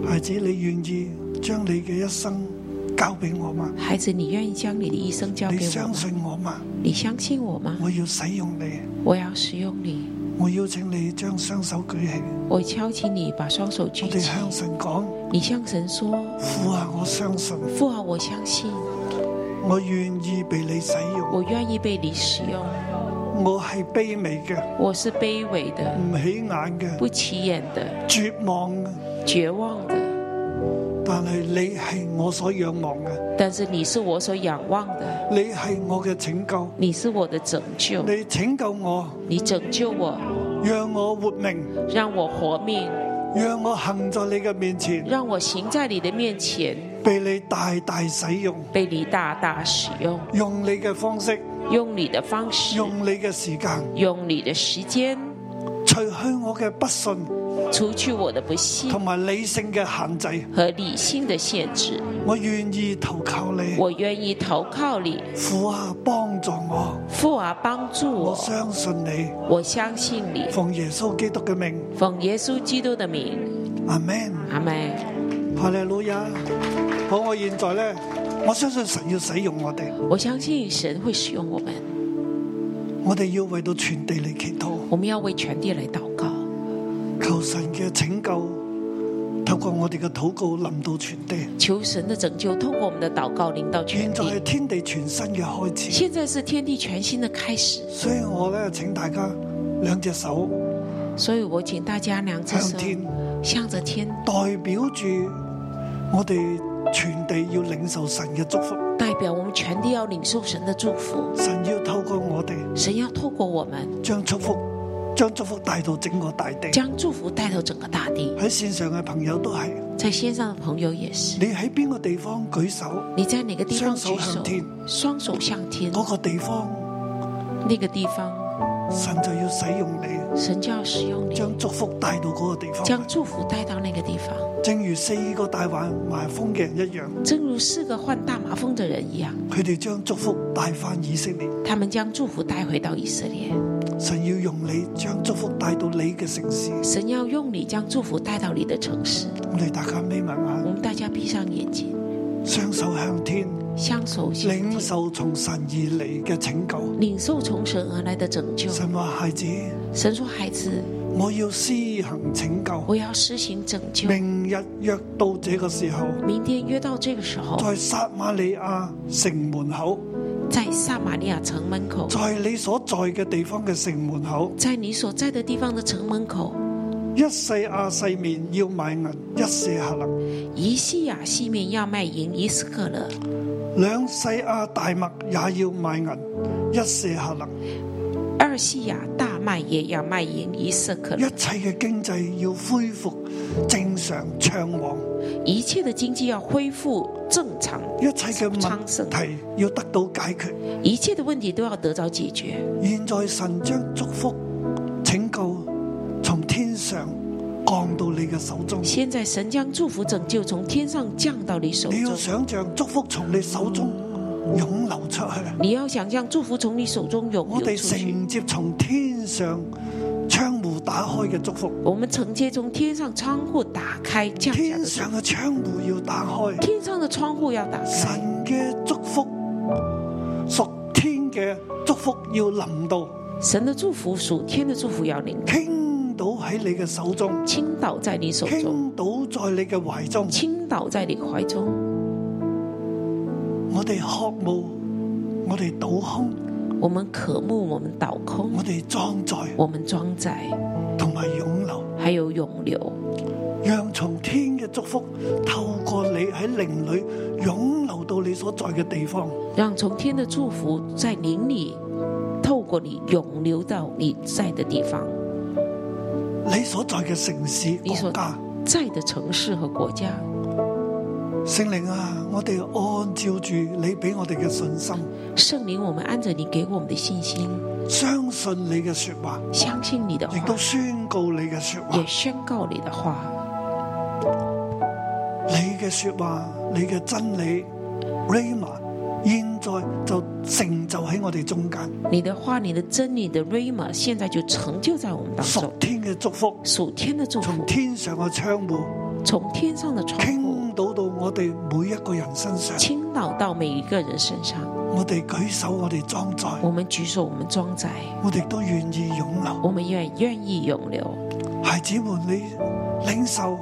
[SPEAKER 2] 孩子，你願意將你嘅一生交俾我嗎？
[SPEAKER 3] 孩子，你愿意将你的一生交
[SPEAKER 2] 你
[SPEAKER 3] 给我
[SPEAKER 2] 相
[SPEAKER 3] 吗？
[SPEAKER 2] 信我嗎？
[SPEAKER 3] 你相信我吗？
[SPEAKER 2] 我要使用你，
[SPEAKER 3] 我要使用你。
[SPEAKER 2] 我邀請你將雙手舉起。
[SPEAKER 3] 我邀请你把双手举
[SPEAKER 2] 我哋
[SPEAKER 3] 起，
[SPEAKER 2] 向神講：
[SPEAKER 3] 你向神说
[SPEAKER 2] 父啊，我相信，：“
[SPEAKER 3] 父啊，我相信，
[SPEAKER 2] 我願意被你使用。
[SPEAKER 3] 我愿意被你使用。
[SPEAKER 2] 我係卑微嘅，
[SPEAKER 3] 我是卑微的、
[SPEAKER 2] 唔起眼嘅。
[SPEAKER 3] 不起眼的、
[SPEAKER 2] 绝望嘅，
[SPEAKER 3] 绝望的，
[SPEAKER 2] 但系你系我所仰望嘅，
[SPEAKER 3] 但是你是我所仰望的，
[SPEAKER 2] 你系我嘅拯救，
[SPEAKER 3] 你是我的拯救，
[SPEAKER 2] 你拯救我，
[SPEAKER 3] 你拯救我，
[SPEAKER 2] 让我活命，
[SPEAKER 3] 让我活命，
[SPEAKER 2] 让我行在你嘅面前，
[SPEAKER 3] 让我行在你的面前，
[SPEAKER 2] 被你大大使用，
[SPEAKER 3] 被你大大使用，
[SPEAKER 2] 用你嘅方式，
[SPEAKER 3] 用你的方式，
[SPEAKER 2] 用你嘅时间，
[SPEAKER 3] 用你的时间，
[SPEAKER 2] 除去我嘅不信
[SPEAKER 3] 除去我的不信
[SPEAKER 2] 同埋理性嘅限制，
[SPEAKER 3] 和理性的限制。
[SPEAKER 2] 我愿意投靠你，
[SPEAKER 3] 我愿意投靠你，
[SPEAKER 2] 父啊，帮助我，
[SPEAKER 3] 父啊，帮助
[SPEAKER 2] 我
[SPEAKER 3] 我，
[SPEAKER 2] 相信你，
[SPEAKER 3] 我相信你。
[SPEAKER 2] 奉耶稣基督嘅名，
[SPEAKER 3] 奉耶稣基督的名，
[SPEAKER 2] 阿 man。
[SPEAKER 3] 阿门。
[SPEAKER 2] 哈利路亞！好，我現在咧，我相信神要使用我哋，
[SPEAKER 3] 我相信神会使用我们，
[SPEAKER 2] 我哋要為到全地嚟祈禱，
[SPEAKER 3] 我们要为全地来祷告，
[SPEAKER 2] 求神嘅拯救，透過我哋嘅禱告臨到全地。
[SPEAKER 3] 求神的拯救，透过我们的祷告领到全
[SPEAKER 2] 現在係
[SPEAKER 3] 地。
[SPEAKER 2] 天地全新嘅開始，
[SPEAKER 3] 现在是天地全新的开始，
[SPEAKER 2] 所以我咧請大家兩隻手
[SPEAKER 3] 所以我请大家两只手
[SPEAKER 2] 向天
[SPEAKER 3] 向着天，
[SPEAKER 2] 代表住我哋全地要領受神嘅祝福，
[SPEAKER 3] 代表我们全地要领受神的祝福。
[SPEAKER 2] 神要透過我哋
[SPEAKER 3] 神要透过我们，
[SPEAKER 2] 將祝福將祝福帶到整個大地。
[SPEAKER 3] 将祝福带到整个大地。
[SPEAKER 2] 喺線上嘅朋友都係，
[SPEAKER 3] 在线上的朋友也是，
[SPEAKER 2] 你喺邊個地方舉手？
[SPEAKER 3] 你在哪个地方举
[SPEAKER 2] 双手向
[SPEAKER 3] 手
[SPEAKER 2] 天，哦
[SPEAKER 3] 双手向天，
[SPEAKER 2] 嗰個地方，
[SPEAKER 3] 那个地方
[SPEAKER 2] 神就要使用你，
[SPEAKER 3] 神就要使用你，
[SPEAKER 2] 將祝福帶到嗰個地方。
[SPEAKER 3] 将祝福帶到那个地方。
[SPEAKER 2] 正如四個大患埋風嘅人一樣，
[SPEAKER 3] 正如四个患大麻风的人一样，
[SPEAKER 2] 佢哋將祝福帶翻以色列。
[SPEAKER 3] 他们将祝福带回到以色列。
[SPEAKER 2] 神要用你將祝福帶到你嘅城市。
[SPEAKER 3] 神要用你将祝福带到你的城市。
[SPEAKER 2] 我哋大家眯埋
[SPEAKER 3] 我
[SPEAKER 2] 眼，
[SPEAKER 3] 们大家闭上眼睛，
[SPEAKER 2] 雙手向天，
[SPEAKER 3] 相手相
[SPEAKER 2] 領
[SPEAKER 3] 挺
[SPEAKER 2] 受從神而嚟嘅拯救。
[SPEAKER 3] 领受从神而来的拯救。
[SPEAKER 2] 神話：孩子，
[SPEAKER 3] 神说：“孩子，
[SPEAKER 2] 我要施行拯救。
[SPEAKER 3] 我要施行拯救。
[SPEAKER 2] 明日約到這個時候，
[SPEAKER 3] 明天约到这个时候，
[SPEAKER 2] 在撒瑪利亞城門口，
[SPEAKER 3] 在撒玛利亚城门口，
[SPEAKER 2] 在你所在嘅地方嘅城門口，
[SPEAKER 3] 在你所在的地方的城门口，
[SPEAKER 2] 一世亞世面要買銀，一世客勒；
[SPEAKER 3] 以西亚西面要卖淫，以斯可勒；
[SPEAKER 2] 兩世亞大麥也要買銀，一世客勒。
[SPEAKER 3] 二西亚大麦也要卖淫，以斯可
[SPEAKER 2] 一
[SPEAKER 3] 勒。
[SPEAKER 2] 切嘅經濟要恢復正常暢旺，
[SPEAKER 3] 一切的经济要恢复正常，
[SPEAKER 2] 一切嘅
[SPEAKER 3] 昌盛
[SPEAKER 2] 問題要得到解決。
[SPEAKER 3] 一切的问题都要得着解决。
[SPEAKER 2] 現在神將祝福拯救從天上降到你嘅手中。
[SPEAKER 3] 现在神将祝福拯救从天上降到你手
[SPEAKER 2] 你要
[SPEAKER 3] 中，
[SPEAKER 2] 想象祝福從你手中湧流出去。
[SPEAKER 3] 你要想象祝福从你手中涌
[SPEAKER 2] 我
[SPEAKER 3] 流
[SPEAKER 2] 哋
[SPEAKER 3] 出去。
[SPEAKER 2] 承接從天上窗户打開嘅祝福，
[SPEAKER 3] 我们承接从天上窗户打开降下
[SPEAKER 2] 天
[SPEAKER 3] 的窗
[SPEAKER 2] 上嘅窗户要打開。
[SPEAKER 3] 天上的窗户要打开，
[SPEAKER 2] 神嘅祝福，屬天嘅祝福要臨到，
[SPEAKER 3] 神的祝福属天的祝福要临到，
[SPEAKER 2] 傾倒喺你嘅手中，
[SPEAKER 3] 倾倒在你手中，
[SPEAKER 2] 傾倒在你嘅懷中。
[SPEAKER 3] 倾倒在你怀中。
[SPEAKER 2] 我哋渴慕，我哋倒空，
[SPEAKER 3] 我们渴慕，我们倒空，
[SPEAKER 2] 我哋裝載
[SPEAKER 3] 我们装载，
[SPEAKER 2] 同埋湧流，
[SPEAKER 3] 还有涌流，
[SPEAKER 2] 讓從天嘅祝福透過你喺靈裏湧流到你所在嘅地方。
[SPEAKER 3] 让从天的祝福在灵里透过你涌流到你在的地方，
[SPEAKER 2] 你所在嘅城市、
[SPEAKER 3] 你
[SPEAKER 2] 國
[SPEAKER 3] 所
[SPEAKER 2] 家，
[SPEAKER 3] 在的城市和国家。
[SPEAKER 2] 聖靈啊，我哋按照住你俾我哋嘅信心，
[SPEAKER 3] 圣灵，我们按着你给我们的信心，
[SPEAKER 2] 相信你嘅说話，
[SPEAKER 3] 相信你的
[SPEAKER 2] 亦
[SPEAKER 3] 话
[SPEAKER 2] 都，宣告你嘅说話。
[SPEAKER 3] 也宣告你的话。
[SPEAKER 2] 你嘅说話，你嘅真理，Rama，現在就成就喺我哋中間。
[SPEAKER 3] 你的话、你的真理、你的 rama，现在就成就在我们当中
[SPEAKER 2] 屬。天嘅祝福
[SPEAKER 3] 属天的祝
[SPEAKER 2] 從
[SPEAKER 3] 福
[SPEAKER 2] 天上嘅窗户
[SPEAKER 3] 从天上的窗户
[SPEAKER 2] 傾倒到我哋每一個人身上。
[SPEAKER 3] 倾倒到每一个人身上。
[SPEAKER 2] 我哋舉手，我哋裝載，
[SPEAKER 3] 我們举手，我们装载，
[SPEAKER 2] 我哋都願意湧流。
[SPEAKER 3] 我们愿愿意涌流。
[SPEAKER 2] 孩子们，你领受，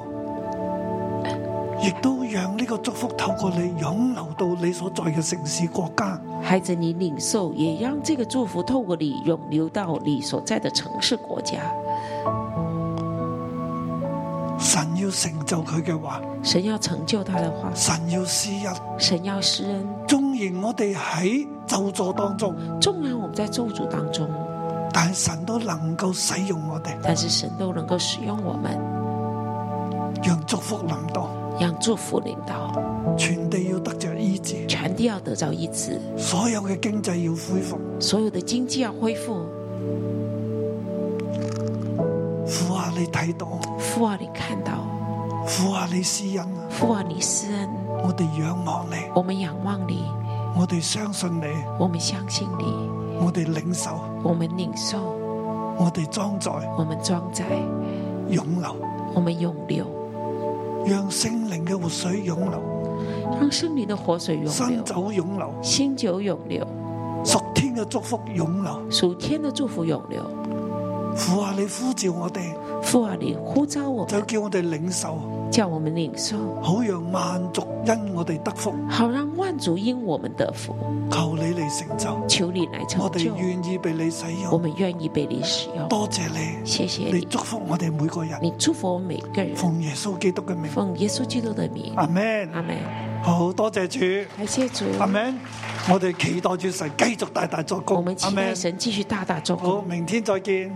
[SPEAKER 2] 亦都让呢个祝福透过你涌流到你所在嘅城市、国家。
[SPEAKER 3] 孩子，你领受，也让这个祝福透过你涌流到你所在的城市、国家。
[SPEAKER 2] 神要成就佢嘅话，
[SPEAKER 3] 神要成就他的话，
[SPEAKER 2] 神要施恩。
[SPEAKER 3] 神要施恩。
[SPEAKER 2] 纵然我哋喺咒助当中，
[SPEAKER 3] 纵然我们在咒诅当中，
[SPEAKER 2] 但神都能够使用我哋，
[SPEAKER 3] 但是神都能够使用我们，
[SPEAKER 2] 让祝福临到，
[SPEAKER 3] 让祝福领导，
[SPEAKER 2] 全地要得着医治，
[SPEAKER 3] 全地要得到医治，
[SPEAKER 2] 所有嘅经济要恢复。
[SPEAKER 3] 所有的经济要恢复。
[SPEAKER 2] 父啊，你睇到，
[SPEAKER 3] 父啊，你看到，
[SPEAKER 2] 父啊，你施恩啊！
[SPEAKER 3] 父啊，你施恩，
[SPEAKER 2] 我哋仰望你，
[SPEAKER 3] 我们仰望你，
[SPEAKER 2] 我哋相信你，
[SPEAKER 3] 我们相信你，
[SPEAKER 2] 我哋领受，
[SPEAKER 3] 我们领受，
[SPEAKER 2] 我哋装载
[SPEAKER 3] 我们装载，
[SPEAKER 2] 涌流。
[SPEAKER 3] 我们涌流，
[SPEAKER 2] 让圣灵嘅活水涌流，
[SPEAKER 3] 让圣灵的活水涌
[SPEAKER 2] 新
[SPEAKER 3] 流，
[SPEAKER 2] 酒涌流，
[SPEAKER 3] 新酒涌流，
[SPEAKER 2] 属天嘅祝福涌流。
[SPEAKER 3] 属天的祝福涌流。
[SPEAKER 2] 父啊，你呼召我哋，
[SPEAKER 3] 父啊，你呼召我
[SPEAKER 2] 就
[SPEAKER 3] 们，
[SPEAKER 2] 叫我哋领受，
[SPEAKER 3] 叫我们领受，
[SPEAKER 2] 好让万族因我哋得福。
[SPEAKER 3] 好让万族因我们得福。
[SPEAKER 2] 求你嚟成就，
[SPEAKER 3] 求你来成
[SPEAKER 2] 我哋
[SPEAKER 3] 就，
[SPEAKER 2] 愿意被你使
[SPEAKER 3] 我
[SPEAKER 2] 用。
[SPEAKER 3] 们愿意被你使用。
[SPEAKER 2] 多谢你，
[SPEAKER 3] 谢谢
[SPEAKER 2] 你
[SPEAKER 3] 你，
[SPEAKER 2] 祝福我哋每个人。
[SPEAKER 3] 你祝福我们每个人。
[SPEAKER 2] 奉耶稣基督嘅名，
[SPEAKER 3] 奉耶稣基督的名，
[SPEAKER 2] 阿 man，
[SPEAKER 3] 阿门。
[SPEAKER 2] 好多谢主，
[SPEAKER 3] 感谢主，
[SPEAKER 2] 阿 man，我哋期待住神继续大大作
[SPEAKER 3] 我
[SPEAKER 2] 工
[SPEAKER 3] 们，
[SPEAKER 2] 阿
[SPEAKER 3] 期待
[SPEAKER 2] man。
[SPEAKER 3] 神继续大大做
[SPEAKER 2] 好，
[SPEAKER 3] 工。
[SPEAKER 2] 明天再见。